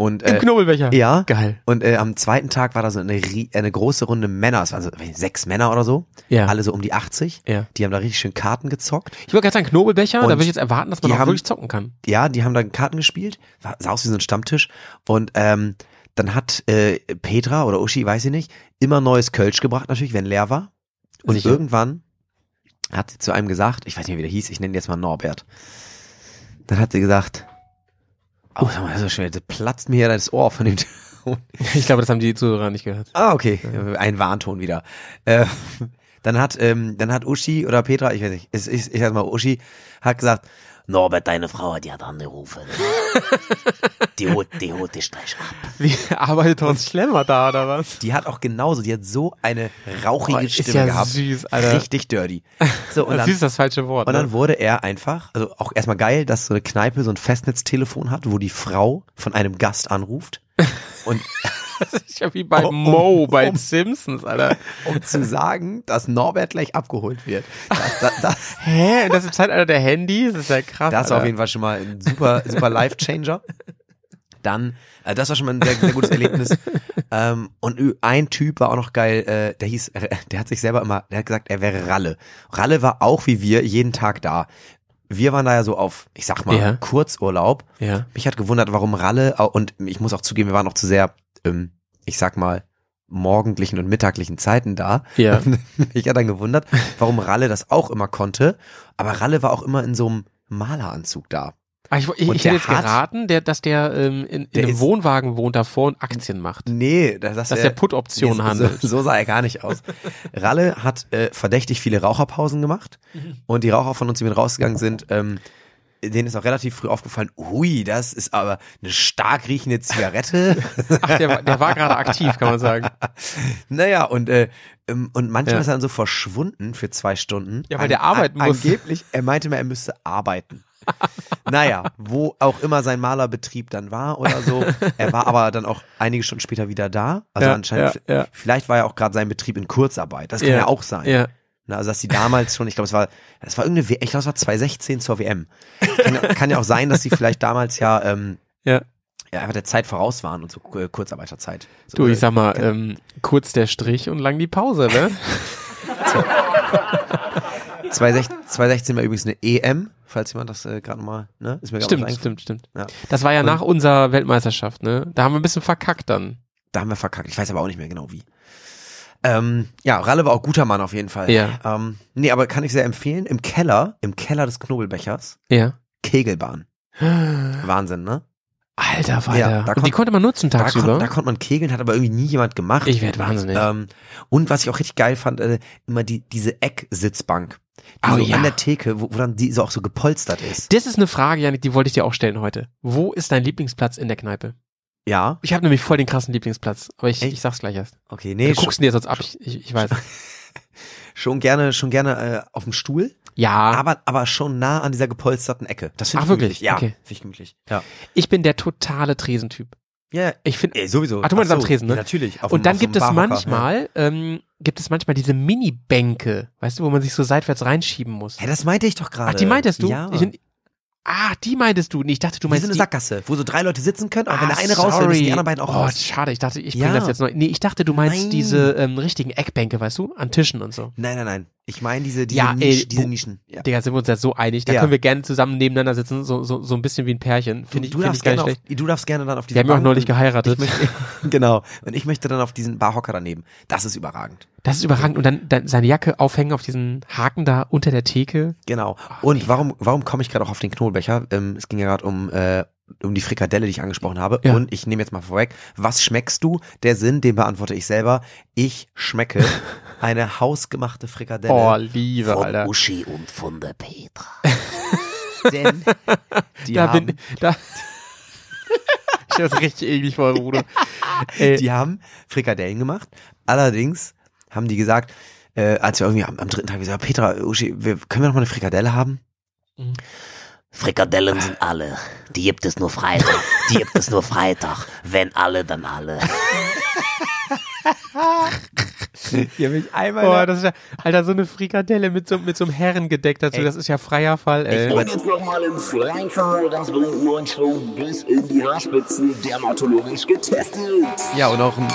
Und
Im
äh,
Knobelbecher.
ja,
Geil.
und äh, am zweiten Tag war da so eine, rie- eine große Runde Männer, es waren so weiß nicht, sechs Männer oder so,
Ja.
alle so um die 80.
Ja.
Die haben da richtig schön Karten gezockt.
Ich wollte gerade sagen, Knobelbecher,
Und
da würde ich jetzt erwarten, dass man
die
auch
haben-
wirklich zocken kann.
Ja, die haben da Karten gespielt, war, sah aus wie so ein Stammtisch. Und ähm, dann hat äh, Petra oder Uschi, weiß ich nicht, immer neues Kölsch gebracht, natürlich, wenn leer war. Und
Sicher.
irgendwann hat sie zu einem gesagt, ich weiß nicht, wie der hieß, ich nenne ihn jetzt mal Norbert. Dann hat sie gesagt, oh, sag mal, das ist so schön, das platzt mir hier das Ohr von dem Ton.
Ich glaube, das haben die Zuhörer nicht gehört.
Ah, okay. Ein Warnton wieder. Äh, dann hat, ähm, dann hat Uschi oder Petra, ich weiß nicht, ich, ich, ich sag mal, Uschi hat gesagt, Norbert, deine Frau hat ja dann gerufen. die holt, die holt dich gleich ab.
Wie arbeitet uns Schlemmer da oder was?
Die hat auch genauso, die hat so eine rauchige
Oh, ist
Stimme
ja
gehabt.
süß, Alter.
Richtig dirty. So, und
das
dann,
ist das falsche Wort.
und dann
ne?
wurde er einfach, also auch erstmal geil, dass so eine Kneipe so ein Festnetztelefon hat, wo die Frau von einem Gast anruft. Und
Das ist ja wie bei
Um, um,
Mo, bei
um.
Simpsons, Alter.
um zu sagen, dass Norbert gleich abgeholt wird. Das, das, das,
Hä? Und das im Zeitalter der Handys? Das ist ja krass.
Das war auf
Alter.
jeden Fall schon mal ein super, super Life-Changer. Dann, äh, das war schon mal ein sehr, sehr gutes Erlebnis. ähm, und ü- ein Typ war auch noch geil, äh, der hieß, der hat sich selber immer, der hat gesagt, er wäre Ralle. Ralle war auch wie wir jeden Tag da. Wir waren da ja so auf, ich sag mal,
Ja.
Kurzurlaub.
Ja.
Mich hat gewundert, warum Ralle, au- und ich muss auch zugeben, wir waren auch zu sehr, ähm, ich sag mal, morgendlichen und mittaglichen Zeiten da.
Ja.
Ich hat dann gewundert, warum Ralle das auch immer konnte. Aber Ralle war auch immer in so einem Maleranzug da.
Ah, ich ich,
Und
ich hätte
der
jetzt
hat-
geraten, der, dass der ähm, in, in
Der
einem
ist-
Wohnwagen wohnt davor und Aktien macht.
Nee, das, das
Dass der Put-Optionen
so,
handelt.
So, so sah er gar nicht aus. Ralle hat äh, verdächtig viele Raucherpausen gemacht. Und die Raucher von uns, die mit rausgegangen sind, ähm, denen ist auch relativ früh aufgefallen, ui, das ist aber eine stark riechende Zigarette.
Ach, der, war- der war gerade aktiv, kann man sagen.
Naja, und, äh, ähm, und manchmal
Ja.
ist er dann so verschwunden für zwei Stunden.
Ja, weil der arbeiten muss.
Angeblich, er meinte mir, er müsste arbeiten. naja, wo auch immer sein Malerbetrieb dann war oder so. Er war aber dann auch einige Stunden später wieder da. Also
Ja,
anscheinend,
ja, ja.
vielleicht war ja auch gerade sein Betrieb in Kurzarbeit. Das kann ja, auch sein.
Ja.
Na, also dass die damals schon, ich glaube, es war, das war irgendeine, W- ich glaube, es war 2016 zur WM. Kann, ja- kann ja auch sein, dass sie vielleicht damals ja, ähm,
Ja.
ja einfach der Zeit voraus waren und so äh, Kurzarbeiterzeit. So,
Du, ich
äh,
sag mal, ähm, kurz der Strich und lang die Pause, ne?
2016, 2016 war übrigens eine EM, falls jemand das äh, gerade mal, ne? Ist mir gerade
stimmt,
was eingefallen.
stimmt, stimmt.
Ja.
Das war ja nach unserer Weltmeisterschaft, ne? Da haben wir ein bisschen verkackt dann.
Da haben wir verkackt. Ich weiß aber auch nicht mehr genau wie. Ähm, ja, Ralle war auch guter Mann auf jeden Fall.
Ja.
Ähm, nee, aber kann ich sehr empfehlen. Im Keller, im Keller des Knobelbechers,
Ja.
Kegelbahn. Wahnsinn, ne?
Alter, Walter.
Ja, da
und die
konnt-
konnte man nutzen
Da,
tagsüber.
kon da konnte man kegeln, hat aber irgendwie nie jemand gemacht.
ich werd wahnsinnig.
Ähm, und was ich auch richtig geil fand, äh, immer die, diese Ecksitzbank. Die
Oh
so
ja.
an der Theke, wo, wo dann die so auch so gepolstert ist.
das ist eine Frage, Janik, die wollte ich dir auch stellen heute. Wo ist dein Lieblingsplatz in der Kneipe?
Ja,
Ich habe nämlich voll den krassen Lieblingsplatz, aber ich,
Echt?
ich sag's gleich erst.
okay,
Du
nee, schon,
guckst ihn dir sonst ab, ich, ich, ich weiß.
schon gerne, schon gerne äh, auf dem Stuhl.
Ja,
aber, aber schon nah an dieser gepolsterten Ecke. Das finde
Ach,
ich gemütlich.
wirklich?
Ja,
Okay.
finde ich gemütlich. Ja.
ich bin der totale Tresentyp.
Ja,
Ich finde,
ey, sowieso.
Ach, du meinst
Ach
am
so,
Tresen, ne?
ja, Natürlich. Äh, auf dem-
und dann
auf so
gibt
einem
es
Barhocker, Ja.
manchmal, ähm, gibt es manchmal diese Mini-Bänke, weißt du, wo man sich so seitwärts reinschieben muss.
Hä, das meinte ich doch gerade.
Ach, die meintest du?
Äh, Ja.
Ich, ah, die meintest du. Nee, ich dachte,
Du
du
meinst
meinst
so eine
die-
Sackgasse, wo so drei Leute sitzen können, aber wenn
Ah,
der eine raus will, müssen die
sorry.
anderen beiden auch
oh,
raus.
schade, ich dachte, ich bringe
Ja.
das jetzt neu. Nee, ich dachte, du meinst
Nein.
diese ähm, richtigen Eckbänke, weißt du? An Tischen und so.
Nein, nein, nein. Ich meine diese, diese,
Ja,
Nisch,
ey,
diese
wo-
Nischen. Ja.
Digga, sind wir uns ja so einig. Da
Ja.
können wir gerne zusammen nebeneinander sitzen, so, so, so ein bisschen wie ein Pärchen.
Du,
Finde ich,
du,
find
darfst
ich gar
gerne
nicht
auf,
schlecht.
du darfst gerne dann auf diesen
Die haben ja auch
Bank-
neulich geheiratet.
Ich möchte, genau. Und ich möchte dann auf diesen Barhocker daneben. Das ist überragend.
Das ist überragend. Und dann, dann seine Jacke aufhängen auf diesen Haken da unter der Theke.
Genau. Und warum, warum komme ich gerade auch auf den Knobelbecher? Ähm, es ging ja gerade um, äh, um die Frikadelle, die ich angesprochen habe.
Ja.
Und ich nehme jetzt mal vorweg, was schmeckst du? Der Sinn, den beantworte ich selber. Ich schmecke eine hausgemachte Frikadelle.
Oh, Liebe, Alter.
Uschi und von der Petra.
Denn die
da
haben,
bin da. ich stell das richtig eklig vor, Bruder. Ey,
Die haben Frikadellen gemacht. Allerdings haben die gesagt, äh, als wir irgendwie am, am dritten Tag gesagt haben, Petra, Uschi, wir, können wir noch mal eine Frikadelle haben?
Frikadellen sind alle. Die gibt es nur Freitag. Die gibt es nur Freitag. Wenn alle, dann alle.
Die haben mich einmal.
boah, oh, das ist ja, Alter, so eine Frikadelle mit so, mit so einem Herrengedeck dazu, das ist ja freier Fall, ey.
Und jetzt nochmal im Flanker, das bringt neuen Schwung bis in die Haarspitzen, dermatologisch getestet.
ja, und auch, ein,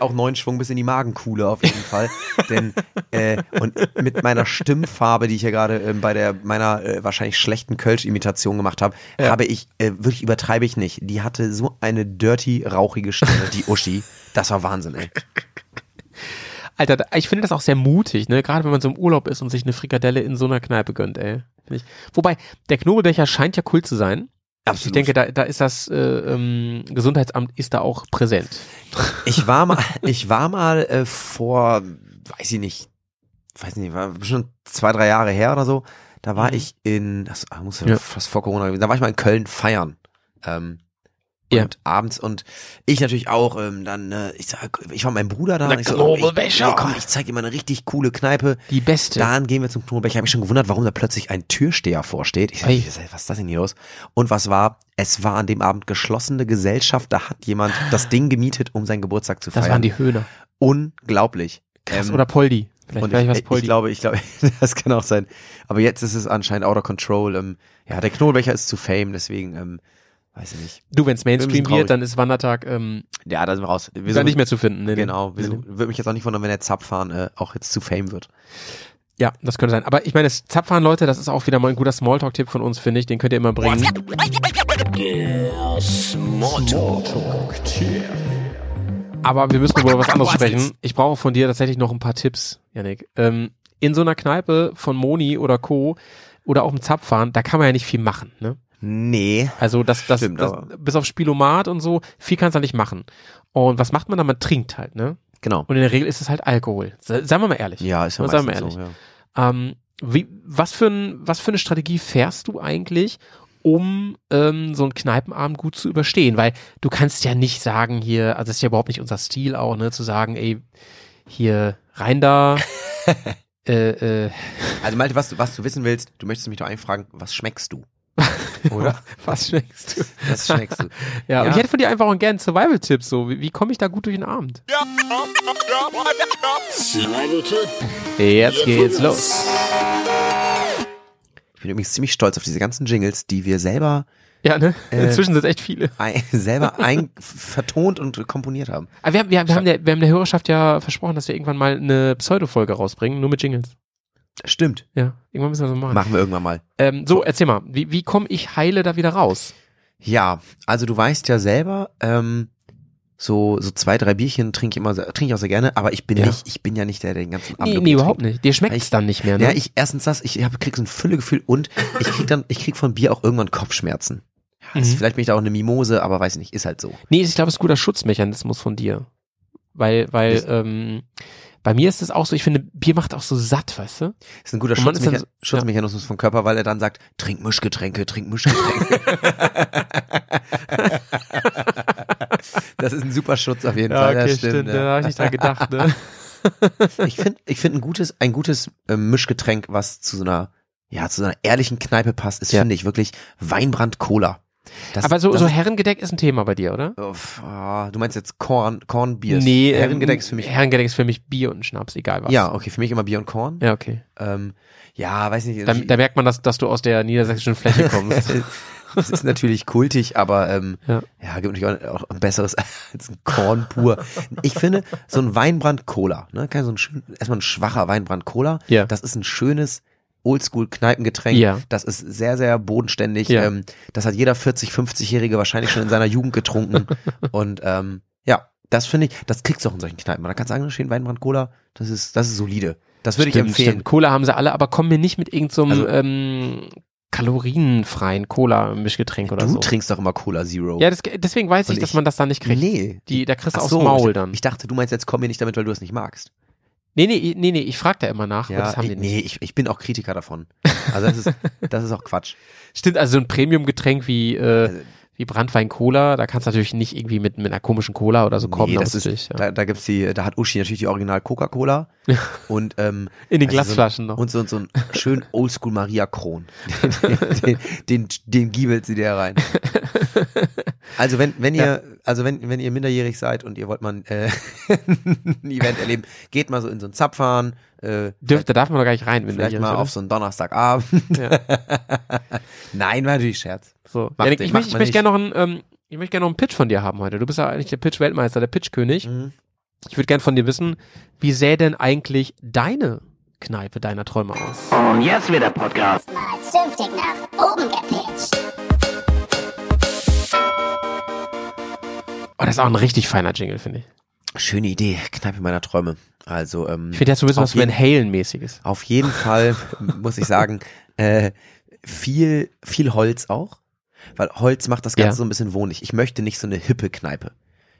auch neuen Schwung bis in die Magenkuhle auf jeden Fall. Denn, äh, und mit meiner Stimmfarbe, die ich hier gerade ähm, bei der, meiner äh, wahrscheinlich schlechten Kölsch-Imitation gemacht habe, habe ich, äh, wirklich übertreibe ich nicht. Die hatte so eine dirty, rauchige Stimme, die Uschi. Das war Wahnsinn, ey.
Alter, da- ich finde das auch sehr mutig, ne? Gerade wenn man so im Urlaub ist und sich eine Frikadelle in so einer Kneipe gönnt, ey. Finde ich. Wobei, der Knobelbecher scheint ja cool zu sein.
Absolut.
Ich denke, da, da ist das äh, ähm, Gesundheitsamt ist da auch präsent.
Ich war mal, ich war mal äh, vor, weiß ich nicht, weiß nicht, war bestimmt zwei, drei Jahre her oder so. Da war
Mhm.
ich in, das ah, muss ja,
Ja.
fast vor Corona gewesen, da war ich mal in Köln feiern. Ähm, und
Ja.
abends und ich natürlich auch, ähm, dann, äh, ich sag, ich war mit meinem Bruder da.
Na,
und ich so, oh, ich,
Knobelbecher.
ey, komm, ich zeig dir mal eine richtig coole Kneipe.
Die beste.
Dann gehen wir zum Knobelbecher. Ich habe mich schon gewundert, warum da plötzlich ein Türsteher vorsteht. Ich sag,
Ei.
was ist das denn hier los? Und was war? Es war an dem Abend geschlossene Gesellschaft. Da hat jemand das Ding gemietet, um seinen Geburtstag zu feiern.
das waren die Höhner.
Unglaublich.
Krass.
Ähm,
Oder Poldi. Vielleicht
und
gleich
ich,
was
ich, ich
Poldi.
glaube, ich glaube, das kann auch sein. Aber jetzt ist es anscheinend out of control. Ähm, ja, der Knobelbecher ist zu fame, deswegen, ähm, weiß ich nicht.
du, wenn es Mainstream
Bin traurig.
wird, dann ist Wandertag ähm,
Ja, da sind wir raus. Wir
dann
suchen-
nicht mehr zu finden. ne? Nee, nee.
Genau. Wir
Nee, nee.
suchen- Würde mich jetzt auch nicht wundern, wenn der Zapfahren äh, auch jetzt zu fame wird.
Ja, das könnte sein. Aber ich meine, das Zapfahren, Leute, das ist auch wieder mal ein guter Smalltalk-Tipp von uns, finde ich. Den könnt ihr immer bringen. Aber wir müssen über was anderes sprechen. Ich brauche von dir tatsächlich noch ein paar Tipps, Yannick. Ähm, in so einer Kneipe von Moni oder Co. oder auch im Zapfahren, da kann man ja nicht viel machen. Ne?
Nee.
Also das, das,
Stimmt,
das
aber-
bis auf Spielomat und so, viel kannst du da nicht machen. Und was macht man da? Man trinkt halt, ne?
Genau.
Und in der Regel ist es halt Alkohol. Se- Seien wir mal ehrlich.
Ja, ist ja
Seien wir
meistens
ehrlich.
so, ja.
Ähm, wie, was, für ein, was für eine Strategie fährst du eigentlich, um ähm, so einen Kneipenabend gut zu überstehen? Weil du kannst ja nicht sagen hier, also das ist ja überhaupt nicht unser Stil auch, ne, zu sagen, ey, hier rein da. äh, äh,
Also Malte, was, du- was du wissen willst, du möchtest mich doch einfragen, was schmeckst du? Oder?
was schmeckst du?
Was schmeckst du?
Ja, und
Ja.
ich hätte von dir einfach auch gerne einen Survival-Tipp, so, wie, wie komme ich da gut durch den Abend? Jetzt geht's los.
Ich bin übrigens ziemlich stolz auf diese ganzen Jingles, die wir selber,
Ja, ne? Inzwischen sind es echt viele.
ein, selber ein, vertont und komponiert haben.
Aber Ah, wir, haben- wir, haben- wir, haben der, wir haben der Hörerschaft ja versprochen, dass wir irgendwann mal eine Pseudo-Folge rausbringen, nur mit Jingles.
Stimmt.
Ja, irgendwann müssen wir so machen.
Machen wir irgendwann mal.
Ähm, so, erzähl mal, wie, wie komme ich heile da wieder raus?
Ja, also du weißt ja selber, ähm, so, so zwei, drei Bierchen trinke ich immer, sehr- trinke ich auch sehr gerne, aber ich bin
Ja.
nicht, ich bin ja nicht der, der den ganzen Abend.
Nee,
nur
nee,
Bier
überhaupt
trinkt.
nicht. Dir schmeckt
Ich-
es dann nicht mehr, ne?
Ja, ich, erstens das, ich hab, krieg so ein Füllegefühl und ich krieg dann, ich krieg von Bier auch irgendwann Kopfschmerzen. Ja, ist,
Mhm.
vielleicht bin ich da auch eine Mimose, aber weiß ich nicht, ist halt so.
nee, ich glaube, es ist ein guter Schutzmechanismus von dir. Weil, weil,
Ist-
ähm, bei mir ist es auch so, ich finde, Bier macht auch so satt, weißt du?
Ist ein guter
Und man ist dann
Schutzmecha
so-
Schutzmechanismus vom Körper, weil er dann sagt, trink Mischgetränke, trink Mischgetränke. das ist ein super Schutz auf jeden Fall. das stimmt.
da
ja.
habe ich nicht dran gedacht, ne?
Ich finde ich find ein gutes, ein gutes äh, Mischgetränk, was zu so einer, ja, zu so einer ehrlichen Kneipe passt, ist,
Ja.
finde ich, wirklich Weinbrand Cola. Das,
Aber so,
das
so Herrengedeck ist ein Thema bei dir, oder?
Uff, ah, du meinst jetzt Korn, Kornbier?
Nee, ähm,
Herrengedeck ist für mich.
Herrengedeck ist für mich Bier und Schnaps, egal was.
Ja, okay, für mich immer Bier und Korn.
Ja, okay.
Ja, ähm, ja weiß nicht.
Da, da merkt man, dass, dass du aus der niedersächsischen Fläche kommst.
das ist natürlich kultig, aber ähm, ja.
Ja.
gibt natürlich auch, auch ein besseres als ein Korn pur. Ich finde, so ein Weinbrand Cola, ne, kann so ein schön, erstmal ein schwacher Weinbrand Cola,
Ja.
das ist ein schönes Oldschool-Kneipengetränk,
Ja.
das ist sehr, sehr bodenständig.
Ja.
Ähm, das hat jeder 40-, 50-Jährige wahrscheinlich schon in seiner Jugend getrunken. Und ähm, ja, das finde ich, das kriegst du auch in solchen Kneipen. Da kannst du sagen, schön Weinbrand Cola, das ist, das ist solide. Das würde ich
Stimmt,
empfehlen.
stimmt. Cola haben sie alle, aber komm mir nicht mit irgendeinem
Also-
ähm, kalorienfreien Cola-Mischgetränk oder
Du
so.
trinkst doch immer Cola Zero.
Ja, das, deswegen weiß
Und
ich, dass
ich-
man das da nicht kriegt.
nee.
Die, da kriegst du
Ach
aufs
so,
Maul
ich-
dann.
Ich dachte, du meinst jetzt, komm mir nicht damit, weil du es nicht magst.
nee, nee, nee, nee, ich frag da immer nach, aber das haben
ich,
die nicht.
nee, ich, ich bin auch Kritiker davon. Also das ist, das ist auch Quatsch.
Stimmt, also so ein Premium-Getränk wie, äh,
Also-
wie Brandwein-Cola, da kannst du natürlich nicht irgendwie mit, mit einer komischen Cola oder so kommen.
nee,
da
das
musst
ist,
du dich, ja.
da, da gibt's die, da hat Uschi natürlich die Original Coca-Cola und ähm,
In den
also
Glasflaschen
so,
noch.
und so, so ein schön Oldschool Maria Kron. den, den, den, den giebelt sie dir rein. Also wenn, wenn ihr, also wenn, wenn ihr minderjährig seid und ihr wollt mal ein, äh, ein Event erleben, geht mal so in so ein Zapfahren, äh,
Dürf, da darf man doch gar nicht rein, wenn
vielleicht
du
mal
hier
auf so einen Donnerstagabend.
Ja.
Nein, war natürlich Scherz.
So.
Macht
Janik,
nicht,
ich,
macht
möchte- ich
man
möchte gerne noch einen, ähm, ich möchte gerne noch einen Pitch von dir haben heute. Du bist ja eigentlich der Pitch-Weltmeister, der Pitch-König. Ich würde gerne von dir wissen, wie sähe denn eigentlich deine Kneipe deiner Träume aus?
Und jetzt wieder Podcast.
Mal zünftig nach oben gepitcht.
Oh, das ist auch ein richtig feiner Jingle, finde ich.
Schöne Idee, Kneipe meiner Träume. Also, ähm,
Ich finde, der hat so ein bisschen
auf
was Van
jeden-
Halen-mäßiges.
Auf jeden Fall muss ich sagen, äh, viel, viel Holz auch. Weil Holz macht das Ganze
Ja.
so ein bisschen wohnlich. Ich möchte nicht so eine hippe Kneipe.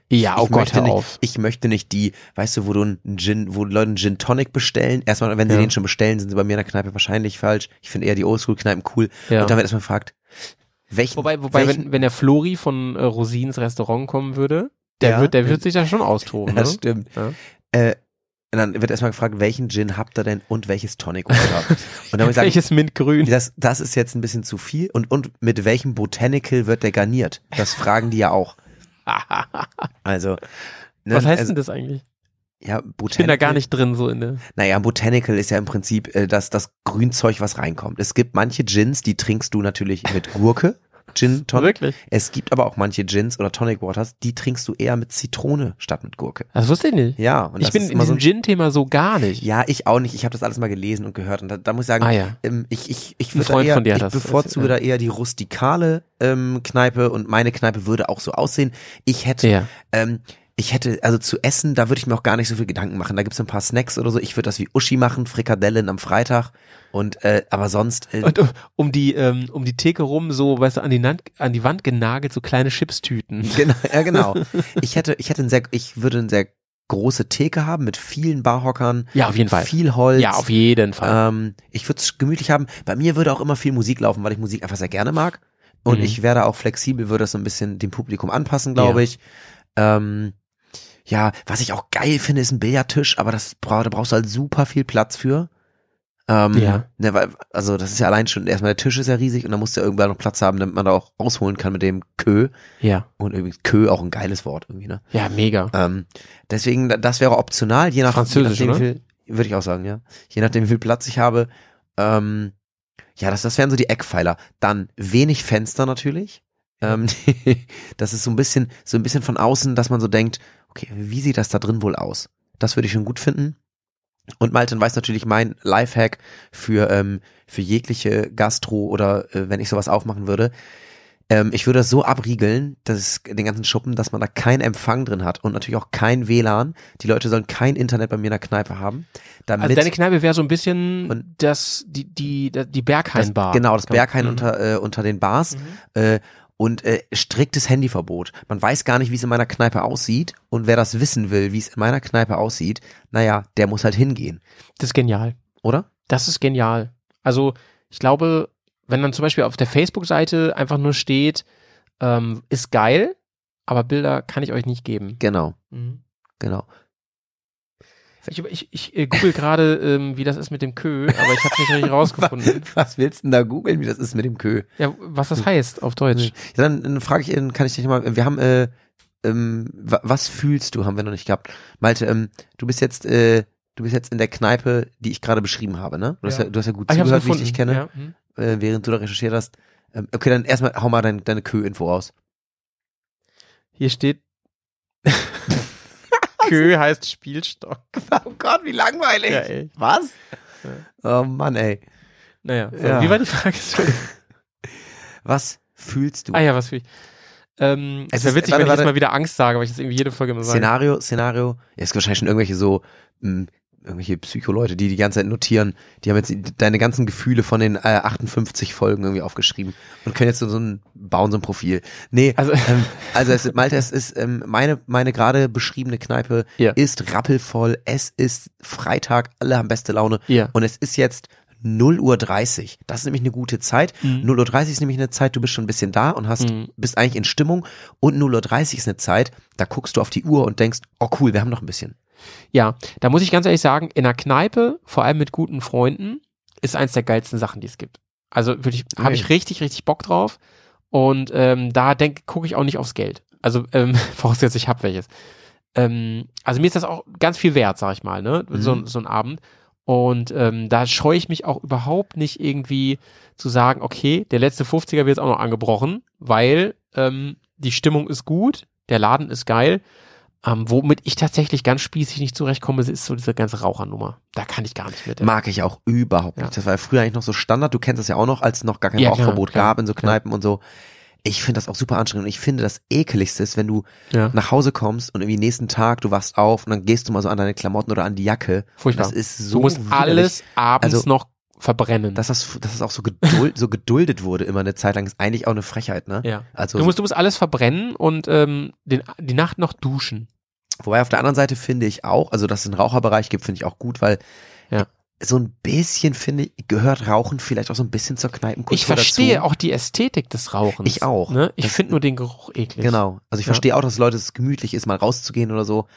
Ja, oh
ich
Gott,
möchte
hör
nicht,
auf.
Ich möchte nicht die, weißt du, wo du einen Gin, wo Leute einen Gin Tonic bestellen. Erstmal, wenn sie
Ja.
den schon bestellen, sind sie bei mir in der Kneipe wahrscheinlich falsch. Ich finde eher die Oldschool-Kneipen cool.
Ja.
Und dann wird erstmal gefragt, welchen,
Wobei, wobei
welchen,
wenn, wenn der Flori von äh, Rosins Restaurant kommen würde, der,
Ja.
wird, der wird sich da schon austoben. Ne?
das stimmt.
Ja.
Äh, und dann wird erstmal gefragt, welchen Gin habt ihr denn und welches Tonic oder? und dann muss ich sagen,
Welches Mintgrün?
das, das ist jetzt ein bisschen zu viel. Und, und mit welchem Botanical wird der garniert? Das fragen die ja auch. Also, ne,
Was heißt
also,
denn das eigentlich?
Ja,
Ich bin
Botanical,
da gar nicht drin, so in der.
Naja, Botanical ist ja im Prinzip äh, das, das Grünzeug, was reinkommt. Es gibt manche Gins, die trinkst du natürlich mit Gurke. Gin Tonic.
Wirklich?
Es gibt aber auch manche Gins oder Tonic Waters, die trinkst du eher mit Zitrone statt mit Gurke.
Das wusste ich nicht.
Ja, und
ich
das
bin
ist
in
immer so
diesem
ein
Gin-Thema so gar nicht.
Ja, ich auch nicht. Ich habe das alles mal gelesen und gehört. Und da, da muss ich sagen,
Ah, ja.
ähm, ich, ich, ich,
Ein
würde da
Freund
eher,
von dir hat
ich
das
bevorzuge da
erzählt.
eher die rustikale ähm, Kneipe und meine Kneipe würde auch so aussehen. Ich hätte,
Ja.
ähm, ich hätte, also zu essen, da würde ich mir auch gar nicht so viel Gedanken machen. Da gibt's ein paar Snacks oder so. Ich würde das wie Uschi machen, Frikadellen am Freitag. Und äh, aber sonst. Äh,
Und um- um die, ähm, um die Theke rum, so, weißt du, an die, Nan an die Wand genagelt, so kleine Chipstüten.
genau, ja, genau. Ich hätte, ich hätte ein sehr, ich würde eine sehr große Theke haben mit vielen Barhockern,
Ja, auf jeden Fall.
viel Holz.
Ja, auf jeden Fall.
Ähm, ich würde es gemütlich haben. Bei mir würde auch immer viel Musik laufen, weil ich Musik einfach sehr gerne mag. Und
Mhm.
ich wäre da auch flexibel, würde das so ein bisschen dem Publikum anpassen, glaube
Ja.
ich. Ähm, ja, was ich auch geil finde, ist ein Billardtisch, aber das bra da brauchst du halt super viel Platz für. Ähm,
Ja.
Ne, weil, also das ist ja allein schon, erstmal der Tisch ist ja riesig und da musst du ja irgendwann noch Platz haben, damit man da auch ausholen kann mit dem Kö.
ja.
Und irgendwie Kö auch ein geiles Wort irgendwie, ne?
Ja, mega.
Ähm, deswegen, da- das wäre optional, je nach
Französisch,
je nachdem,
oder?
wie viel, würde ich auch sagen, ja. Je nachdem, wie viel Platz ich habe. Ähm, ja, das, das wären so die Eckpfeiler. Dann wenig Fenster natürlich. Ähm, das ist so ein bisschen, so ein bisschen von außen, dass man so denkt, okay, wie sieht das da drin wohl aus? Das würde ich schon gut finden. Und Malten weiß natürlich mein Lifehack für, ähm, für jegliche Gastro oder äh, wenn ich sowas aufmachen würde. Ähm, ich würde das so abriegeln, dass den ganzen Schuppen, dass man da keinen Empfang drin hat und natürlich auch kein WLAN. Die Leute sollen kein Internet bei mir in der Kneipe haben. Damit
Also deine Kneipe wäre so ein bisschen
Und-
das, die, die, die
das,
Bergheinbar.
genau, das
Kann man-
Berghain
Mhm.
unter, äh, unter den Bars. Äh, und äh, striktes Handyverbot. Man weiß gar nicht, wie es in meiner Kneipe aussieht. Und wer das wissen will, wie es in meiner Kneipe aussieht, naja, der muss halt hingehen,
Das ist genial.
oder?
Das ist genial. Also, ich glaube, wenn dann zum Beispiel auf der Facebook-Seite einfach nur steht, ähm, ist Mhm. geil, aber Bilder kann ich euch nicht geben.
Genau,
Mhm.
genau.
Ich, über- ich, ich äh, google gerade, ähm, wie das ist mit dem Kö, aber ich habe nicht richtig rausgefunden.
Was willst du denn da googeln, wie das ist mit dem Kö?
Ja, was das heißt auf Deutsch.
Ja, dann, dann frage ich, dann kann ich dich mal, wir haben, äh, ähm, wa- was fühlst du, haben wir noch nicht gehabt. Malte, ähm, du bist jetzt, äh, du bist jetzt in der Kneipe, die ich gerade beschrieben habe, ne? Du, hast,
Ja.
ja, du hast ja gut
Ah, ich hab's
zugehört, wie ich
gefunden.
dich kenne,
Ja. hm.
äh, während du da recherchiert hast. Ähm, okay, dann erstmal hau mal dein, deine Kö-Info aus.
Hier steht, Kö heißt Spielstock.
Oh Gott, wie langweilig.
Ja, ey.
was? Oh Mann, ey.
Naja, so,
Ja.
wie war die Frage? Sorry.
Was fühlst du?
ah ja, was für ich. Ähm,
Es
es wäre
ist-
witzig,
warte,
wenn ich
warte.
jetzt mal wieder Angst sage, weil ich das irgendwie jede Folge immer sage.
Szenario, Szenario. Ja, ist wahrscheinlich schon irgendwelche so, mh, irgendwelche Psycho-Leute, die die ganze Zeit notieren. Die haben jetzt deine ganzen Gefühle von den äh, 58 Folgen irgendwie aufgeschrieben und können jetzt so, so ein, bauen so ein Profil. Nee, also,
Also-
ähm, also es, ist- Malte, es ist, ähm, meine, meine gerade beschriebene Kneipe
Ja.
ist rappelvoll. Es ist Freitag, alle haben beste Laune.
Ja.
Und es ist jetzt 0 Uhr 30. Das ist nämlich eine gute Zeit.
hm. Mhm.
0 Uhr 30 ist nämlich eine Zeit, du bist schon ein bisschen da und hast, bist eigentlich in Stimmung. Und 0 Uhr 30 ist eine Zeit, da guckst du auf die Uhr und denkst, oh cool, wir haben noch ein bisschen.
Ja, da muss ich ganz ehrlich sagen, in einer Kneipe, vor allem mit guten Freunden, ist eins der geilsten Sachen, die es gibt. Also würde ich, habe ich richtig, richtig Bock drauf. Und ähm, da denk, gucke ich auch nicht aufs Geld. Also ähm, vorausgesetzt, ich habe welches. Ähm, also mir ist das auch ganz viel wert, sag ich mal, ne? So, so ein Abend. Und ähm, da scheue ich mich auch überhaupt nicht irgendwie zu sagen, okay, der letzte 50er wird jetzt auch noch angebrochen, weil ähm, die Stimmung ist gut, der Laden ist geil. Ähm, womit ich tatsächlich ganz spießig nicht zurechtkomme, ist so diese ganze Rauchernummer. Da kann ich gar nicht mit. ey.
Mag ich auch überhaupt
Ja.
nicht. Das war ja früher eigentlich noch so Standard. Du kennst das ja auch noch, als es noch gar kein
Ja, klar,
Rauchverbot
klar,
gab in so
klar.
Kneipen und so. Ich finde das auch super anstrengend und ich finde das ekligste ist, wenn du
Ja.
nach Hause kommst und irgendwie nächsten Tag, du wachst auf und dann gehst du mal so an deine Klamotten oder an die Jacke.
Furchtbar.
Das ist so
Genau. du musst
widerlich.
alles abends
Also-
noch verbrennen.
dass das, dass das auch so, geduld, so geduldet wurde immer eine Zeit lang, ist eigentlich auch eine Frechheit, ne?
ja.
Also,
Du musst, du musst alles verbrennen und ähm, den, die Nacht noch duschen.
wobei auf der anderen Seite finde ich auch, also dass es einen Raucherbereich gibt, finde ich auch gut, weil
Ja.
so ein bisschen, finde ich, gehört Rauchen vielleicht auch so ein bisschen zur Kneipenkultur
ich verstehe
dazu.
auch die Ästhetik des Rauchens.
Ich auch.
Ne? Ich
Das-
finde nur den Geruch eklig.
Genau. Also ich
Ja.
verstehe auch, dass Leute es gemütlich ist, mal rauszugehen oder so.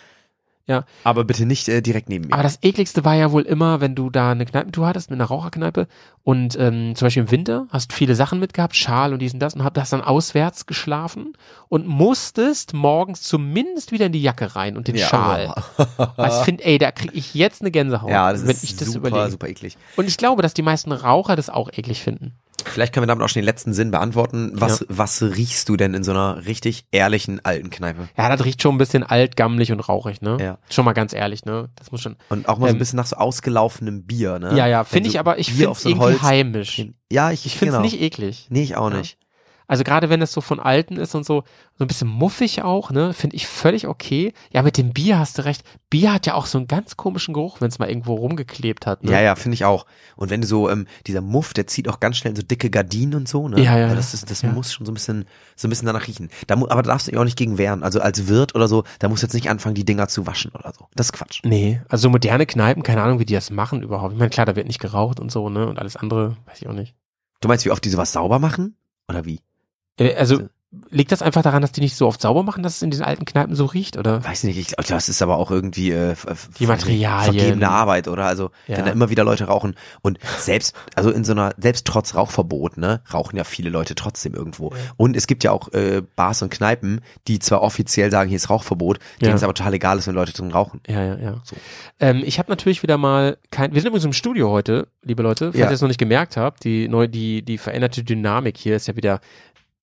Ja.
Aber bitte nicht äh, direkt neben mir.
Aber das ekligste war ja wohl immer, wenn du da eine Kneipentour hattest mit einer Raucherkneipe und ähm, zum Beispiel im Winter hast viele Sachen mitgehabt, Schal und dies und das und hab das dann auswärts geschlafen und musstest morgens zumindest wieder in die Jacke rein und den Schal. Was find, ey, da kriege ich jetzt eine Gänsehaut,
ja, das
wenn
ist
ich das
super,
überlege.
super eklig.
Und ich glaube, dass die meisten Raucher das auch eklig finden.
Vielleicht können wir damit auch schon den letzten Sinn beantworten. Was, was riechst du denn in so einer richtig ehrlichen alten Kneipe?
Ja, das riecht schon ein bisschen alt, gammelig und rauchig, ne?
Ja.
Schon mal ganz ehrlich, ne? Das muss schon.
Und auch mal so ein
Ähm,
bisschen nach so ausgelaufenem Bier, ne?
Ja, ja,
Wenn
finde
so
ich aber, ich
Bier
finde
auf
es
so ein
irgendwie
Holz-
heimisch.
Ja, ich,
Ich finde es
genau.
nicht eklig.
Nee, ich auch
Ja.
nicht.
Also gerade wenn das so von Alten ist und so, so ein bisschen muffig auch, ne, finde ich völlig okay. Ja, mit dem Bier hast du recht. Bier hat ja auch so einen ganz komischen Geruch, wenn es mal irgendwo rumgeklebt hat. Ne?
Ja, ja, finde ich auch. Und wenn du so, ähm, dieser Muff, der zieht auch ganz schnell in so dicke Gardinen und so, ne?
Ja, ja,
Das, ist, das
ja.
muss schon so ein bisschen, so ein bisschen danach riechen. Da, mu- aber da darfst du dich auch nicht gegen wehren. Also als Wirt oder so, da musst du jetzt nicht anfangen, die Dinger zu waschen oder so. Das ist Quatsch.
Nee, also so moderne Kneipen, keine Ahnung, wie die das machen überhaupt. Ich meine, klar, da wird nicht geraucht und so, ne? Und alles andere, weiß ich auch nicht.
Du meinst, wie oft die sowas sauber machen? Oder wie?
Äh, Also liegt das einfach daran, dass die nicht so oft sauber machen, dass es in den alten Kneipen so riecht, oder?
Weiß nicht, ich glaube, das ist aber auch irgendwie äh, ver-
Die Materialien.
vergebene Arbeit, oder? Also,
Ja.
wenn da immer wieder Leute rauchen und selbst, also in so einer, selbst trotz Rauchverbot, ne, rauchen ja viele Leute trotzdem irgendwo. Und es gibt ja auch äh, Bars und Kneipen, die zwar offiziell sagen, hier ist Rauchverbot, denen
Ja.
es aber total egal ist, wenn Leute drin rauchen.
Ja, ja, ja.
So.
Ähm, ich habe natürlich wieder mal kein. Wir sind übrigens im Studio heute, liebe Leute. Falls
Ja.
ihr es noch nicht gemerkt habt, die neu, die die veränderte Dynamik hier ist ja wieder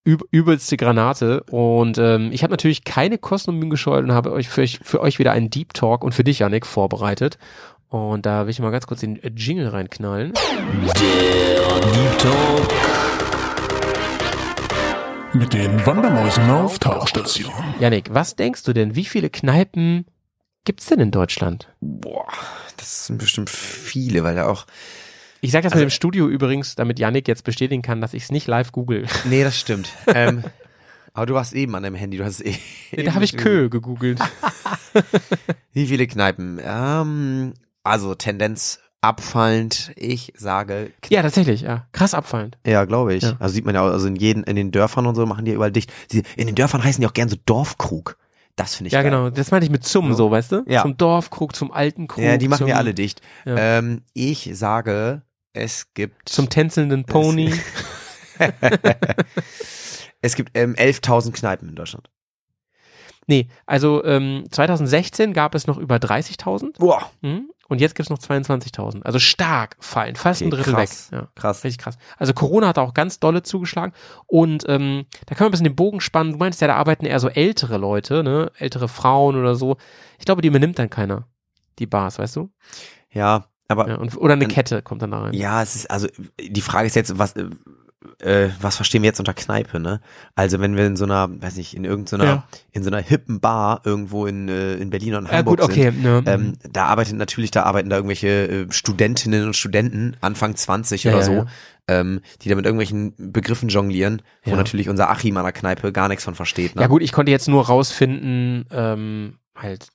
üb übelste Granate. Und ähm, ich habe natürlich keine Kosten und Mühen gescheut und habe euch für, euch für euch wieder einen Deep Talk und für dich, Janik, vorbereitet. Und da will ich mal ganz kurz den äh, Jingle reinknallen.
Mit den Wandermäusen auf Tauchstation.
Janik, was denkst du denn? Wie viele Kneipen gibt's denn in Deutschland?
Boah, das sind bestimmt viele, weil da auch.
Ich sage das
Also,
mit dem Studio übrigens, damit Janik jetzt bestätigen kann, dass ich es nicht live google.
Nee, das stimmt. ähm, aber du warst eben an deinem Handy, du hast es eh.
Nee, da habe ich
eben-
Kö gegoogelt.
Wie viele Kneipen? Ähm, also Tendenz abfallend, ich sage
Ja, tatsächlich, ja. Krass abfallend.
Ja, glaube ich.
Ja.
Also sieht man ja, auch, also in jeden, in den Dörfern und so machen die ja überall dicht. Sie, in den Dörfern heißen die auch gern so Dorfkrug. Das finde ich
Ja,
geil.
genau. Das meinte ich mit zum, so, weißt du?
Ja.
Zum Dorfkrug, zum alten Krug.
Ja, die machen
zum,
wir alle dicht.
Ja.
Ähm, ich sage, es gibt
Zum tänzelnden Pony.
es gibt ähm, 11.000 Kneipen in Deutschland.
Nee, also ähm, 2016 gab es noch über 30.000
Boah,
mhm. und jetzt gibt es noch 22.000. Also stark fallen, fast ein
Okay,
Drittel
krass.
weg. Ja.
krass.
Richtig krass. Also Corona hat auch ganz dolle zugeschlagen und ähm, da können wir ein bisschen den Bogen spannen. Du meinst ja, da arbeiten eher so ältere Leute, ne? Ältere Frauen oder so. Ich glaube, die übernimmt dann keiner. Die Bars, weißt du?
Ja, aber
Ja, und, oder eine
Dann-
Kette kommt dann da rein.
Ja, es ist, also die Frage ist jetzt, was, äh, äh, was verstehen wir jetzt unter Kneipe, ne? Also wenn wir in so einer, weiß nicht, in irgendeiner,
Ja.
in so einer hippen Bar irgendwo in, äh, in Berlin und
Ja,
Hamburg
gut, okay. Ne?
sind, ähm, da arbeitet natürlich, da arbeiten da irgendwelche äh, Studentinnen und Studenten, Anfang 20
Ja,
oder
ja,
so,
ja.
Ähm, die da mit irgendwelchen Begriffen jonglieren, wo
Ja.
natürlich unser Achim an der Kneipe gar nichts von versteht. Ne?
ja gut, ich konnte jetzt nur rausfinden, ähm, halt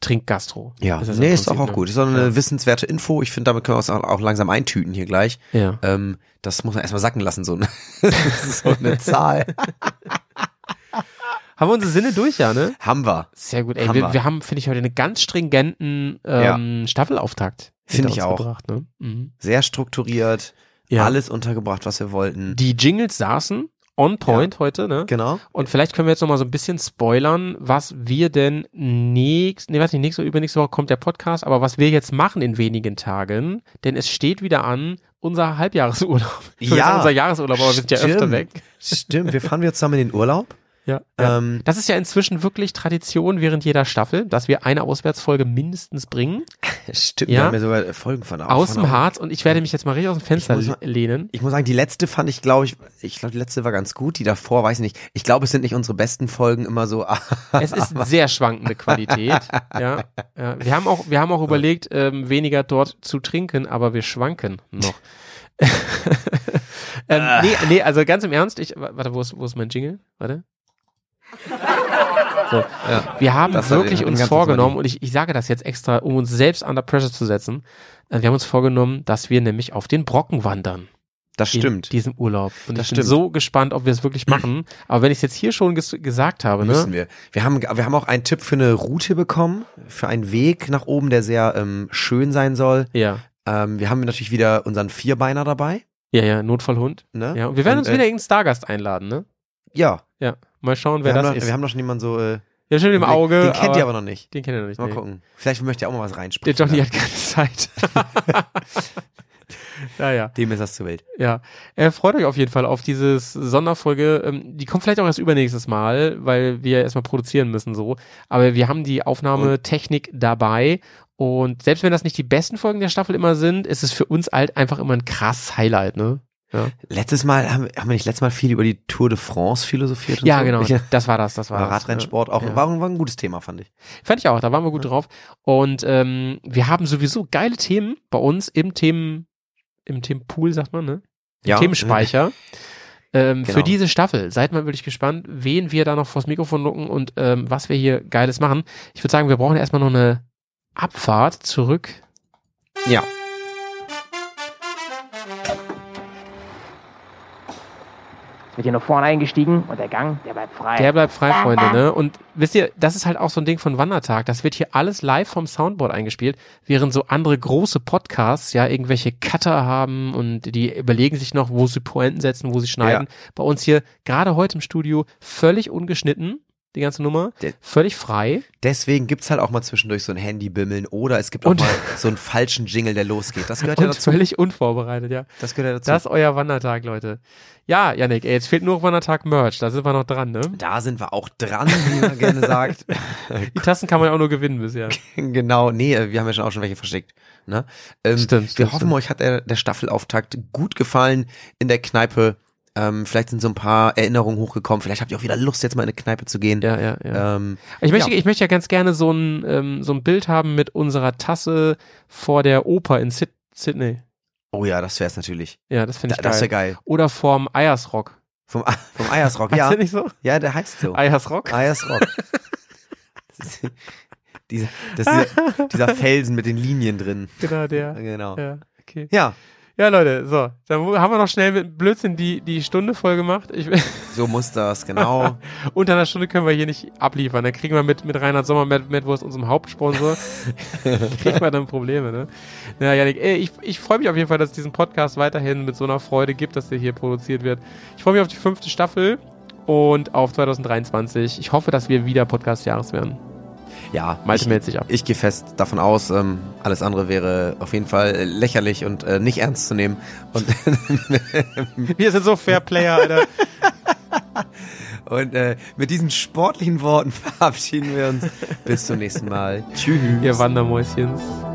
Trinkgastro.
Ja,
Ist das im
nee, ist doch
Prinzip,
auch
ne?
gut. Ist doch eine
Ja.
wissenswerte Info. Ich finde, damit können wir uns auch, auch langsam eintüten hier gleich.
Ja.
Ähm, das muss man erstmal sacken lassen, so, ne? so eine Zahl.
Haben wir unsere Sinne durch, ja, ne?
Haben wir.
Sehr gut. Ey,
Hammer.
wir, wir haben, finde ich, heute einen ganz stringenten ähm, Staffelauftakt.
Finde
hinter
ich
uns
auch.
Gebracht, ne? mhm.
Sehr strukturiert,
Ja.
alles untergebracht, was wir wollten.
Die Jingles saßen on point heute, ne?
genau.
Und vielleicht können wir jetzt noch mal so ein bisschen spoilern, was wir denn nächst, nee, weiß nicht, nächste oder übernächste Woche kommt der Podcast, aber was wir jetzt machen in wenigen Tagen, denn es steht wieder an, unser Halbjahresurlaub. Ich würde
Ja.
sagen, unser Jahresurlaub, aber wir sind ja öfter
Stimmt.
weg.
Stimmt, wir fahren wieder zusammen in den Urlaub.
Ja.
Ähm,
Das ist ja inzwischen wirklich Tradition während jeder Staffel, dass wir eine Auswärtsfolge mindestens bringen,
stimmt,
Ja.
wir haben ja sogar Folgen von der-
aus
von der-
dem Harz und ich werde mich jetzt mal richtig aus dem Fenster
muss mal-
lehnen.
Ich muss sagen, die letzte fand ich, glaube ich, ich glaube, die letzte war ganz gut. Die davor, weiß ich nicht. Ich glaube, es sind nicht unsere besten Folgen immer so. ah,
Es ist sehr schwankende Qualität. ja, ja. Wir haben auch, wir haben auch überlegt, ähm, weniger dort zu trinken, aber wir schwanken noch. ähm,
Ah.
nee, nee, also ganz im Ernst, ich, wa- warte, wo ist, wo ist mein Jingle? Warte. So. Wir haben
Das hat
wirklich
den- den
uns
ganzen
vorgenommen,
Money.
und ich, ich sage das jetzt extra, um uns selbst under pressure zu setzen, äh, wir haben uns vorgenommen, dass wir nämlich auf den Brocken wandern
Das
in
stimmt.
diesem Urlaub. Und
Das
ich bin
stimmt.
so gespannt, ob wir es wirklich machen. Aber wenn ich es jetzt hier schon ges gesagt habe, ne?
Müssen wir. Wir haben, wir haben auch einen Tipp für eine Route bekommen, für einen Weg nach oben, der sehr ähm, schön sein soll.
Ja.
Ähm, wir haben natürlich wieder unseren Vierbeiner dabei.
Ja, ja, Notfallhund.
Ne?
Ja, und wir werden uns
äh,
wieder irgendeinen Stargast einladen, ne?
Ja,
Ja. Mal schauen,
wir
wer
haben,
das
noch,
ist.
wir haben noch schon jemanden so äh,
ja, schön im
Blick.
Auge.
Den kennt ihr aber noch nicht.
Den kennt ihr noch nicht.
Mal
nee.
gucken. Vielleicht möchte ihr auch mal was
Der
reinsprechen.
Johnny
ne?
hat keine Zeit. naja,
Dem ist das zu wild.
ja. Äh, freut euch auf jeden Fall auf dieses Sonderfolge. Ähm, die kommt vielleicht auch erst übernächstes Mal, weil wir erstmal produzieren müssen so. Aber wir haben die Aufnahmetechnik dabei. Und selbst wenn das nicht die besten Folgen der Staffel immer sind, ist es für uns halt einfach immer ein krasses Highlight, ne?
Letztes Mal haben, haben wir nicht letztes Mal viel über die Tour de France philosophiert und
Ja,
so.
genau.
Ich,
Das war das, das war
war
das. ja.
Radrennsport auch
Ja.
war, ein- war ein gutes Thema, fand ich.
Fand ich auch, da waren wir gut drauf. Und ähm, wir haben sowieso geile Themen bei uns im Themen, im Themenpool, sagt man, ne? Im
Ja.
Themenspeicher. Ähm,
Genau.
Für diese Staffel. Seid mal wirklich gespannt, wen wir da noch vors Mikrofon locken und ähm, was wir hier Geiles machen. Ich würde sagen, wir brauchen erstmal noch eine Abfahrt zurück.
Ja.
Es wird hier nach vorne eingestiegen und der Gang, der bleibt frei.
Der bleibt frei, Freunde, ne? Und wisst ihr, das ist halt auch so ein Ding von Wandertag. Das wird hier alles live vom Soundboard eingespielt, während so andere große Podcasts ja irgendwelche Cutter haben und die überlegen sich noch, wo sie Pointen setzen, wo sie schneiden. Bei uns hier, gerade heute im Studio, völlig ungeschnitten, die ganze Nummer,
Der-
völlig frei.
Deswegen gibt's halt auch mal zwischendurch so ein Handybimmeln oder es gibt auch
Und-
mal so einen falschen Jingle, der losgeht. Das gehört ja
Und
dazu.
völlig unvorbereitet, ja.
Das gehört ja dazu.
Das ist euer Wandertag, Leute. Ja, Yannick, ey, jetzt fehlt nur noch Wandertag-Merch, da sind wir noch dran, ne?
da sind wir auch dran, wie man gerne sagt.
Die Tassen kann man ja auch nur gewinnen bisher.
Genau, nee, äh, wir haben ja schon auch schon welche verschickt. Ne? Ähm,
Stimmt,
wir
stimmt,
hoffen,
stimmt.
euch hat der, der Staffelauftakt gut gefallen in der Kneipe. Ähm, vielleicht sind so ein paar Erinnerungen hochgekommen. Vielleicht habt ihr auch wieder Lust, jetzt mal in eine Kneipe zu gehen.
Ja, ja, ja.
Ähm,
Ich möchte,
Ja.
ich möchte ja ganz gerne so ein, ähm, so ein Bild haben mit unserer Tasse vor der Oper in Syd Sydney.
oh ja, das wär's natürlich.
Ja, das finde
Da,
ich
das
geil.
wäre geil.
Oder vorm Eiersrock.
Vom, vom Eiersrock,
Heißt
ja.
der nicht so?
Ja, der heißt so. Ah.
Eiersrock?
Eiersrock. Das ist- dieser, das ist dieser, dieser Felsen mit den Linien drin.
Genau, der.
Genau.
Ja, okay.
Ja,
Ja, Leute, so. Dann haben wir noch schnell mit Blödsinn die, die Stunde voll gemacht. Ich,
So muss das, genau.
unter einer Stunde können wir hier nicht abliefern. Dann kriegen wir mit, mit Reinhard Sommer, Matt, Matt Wurst, unserem Hauptsponsor, kriegen wir dann Probleme, ne? Ja, Janik, ey, ich, ich freue mich auf jeden Fall, dass es diesen Podcast weiterhin mit so einer Freude gibt, dass der hier produziert wird. Ich freue mich auf die fünfte Staffel und auf 2023. Ich hoffe, dass wir wieder Podcast des Jahres werden.
Ja,
Malte
ich-
meldet sich ab.
Ich gehe fest davon aus, ähm, alles andere wäre auf jeden Fall äh, lächerlich und äh, nicht ernst zu nehmen. Und,
Wir sind so Fair Player, Alter.
und äh, mit diesen sportlichen Worten verabschieden wir uns. Bis zum nächsten Mal. Tschüss.
Ihr Wandermäuschen.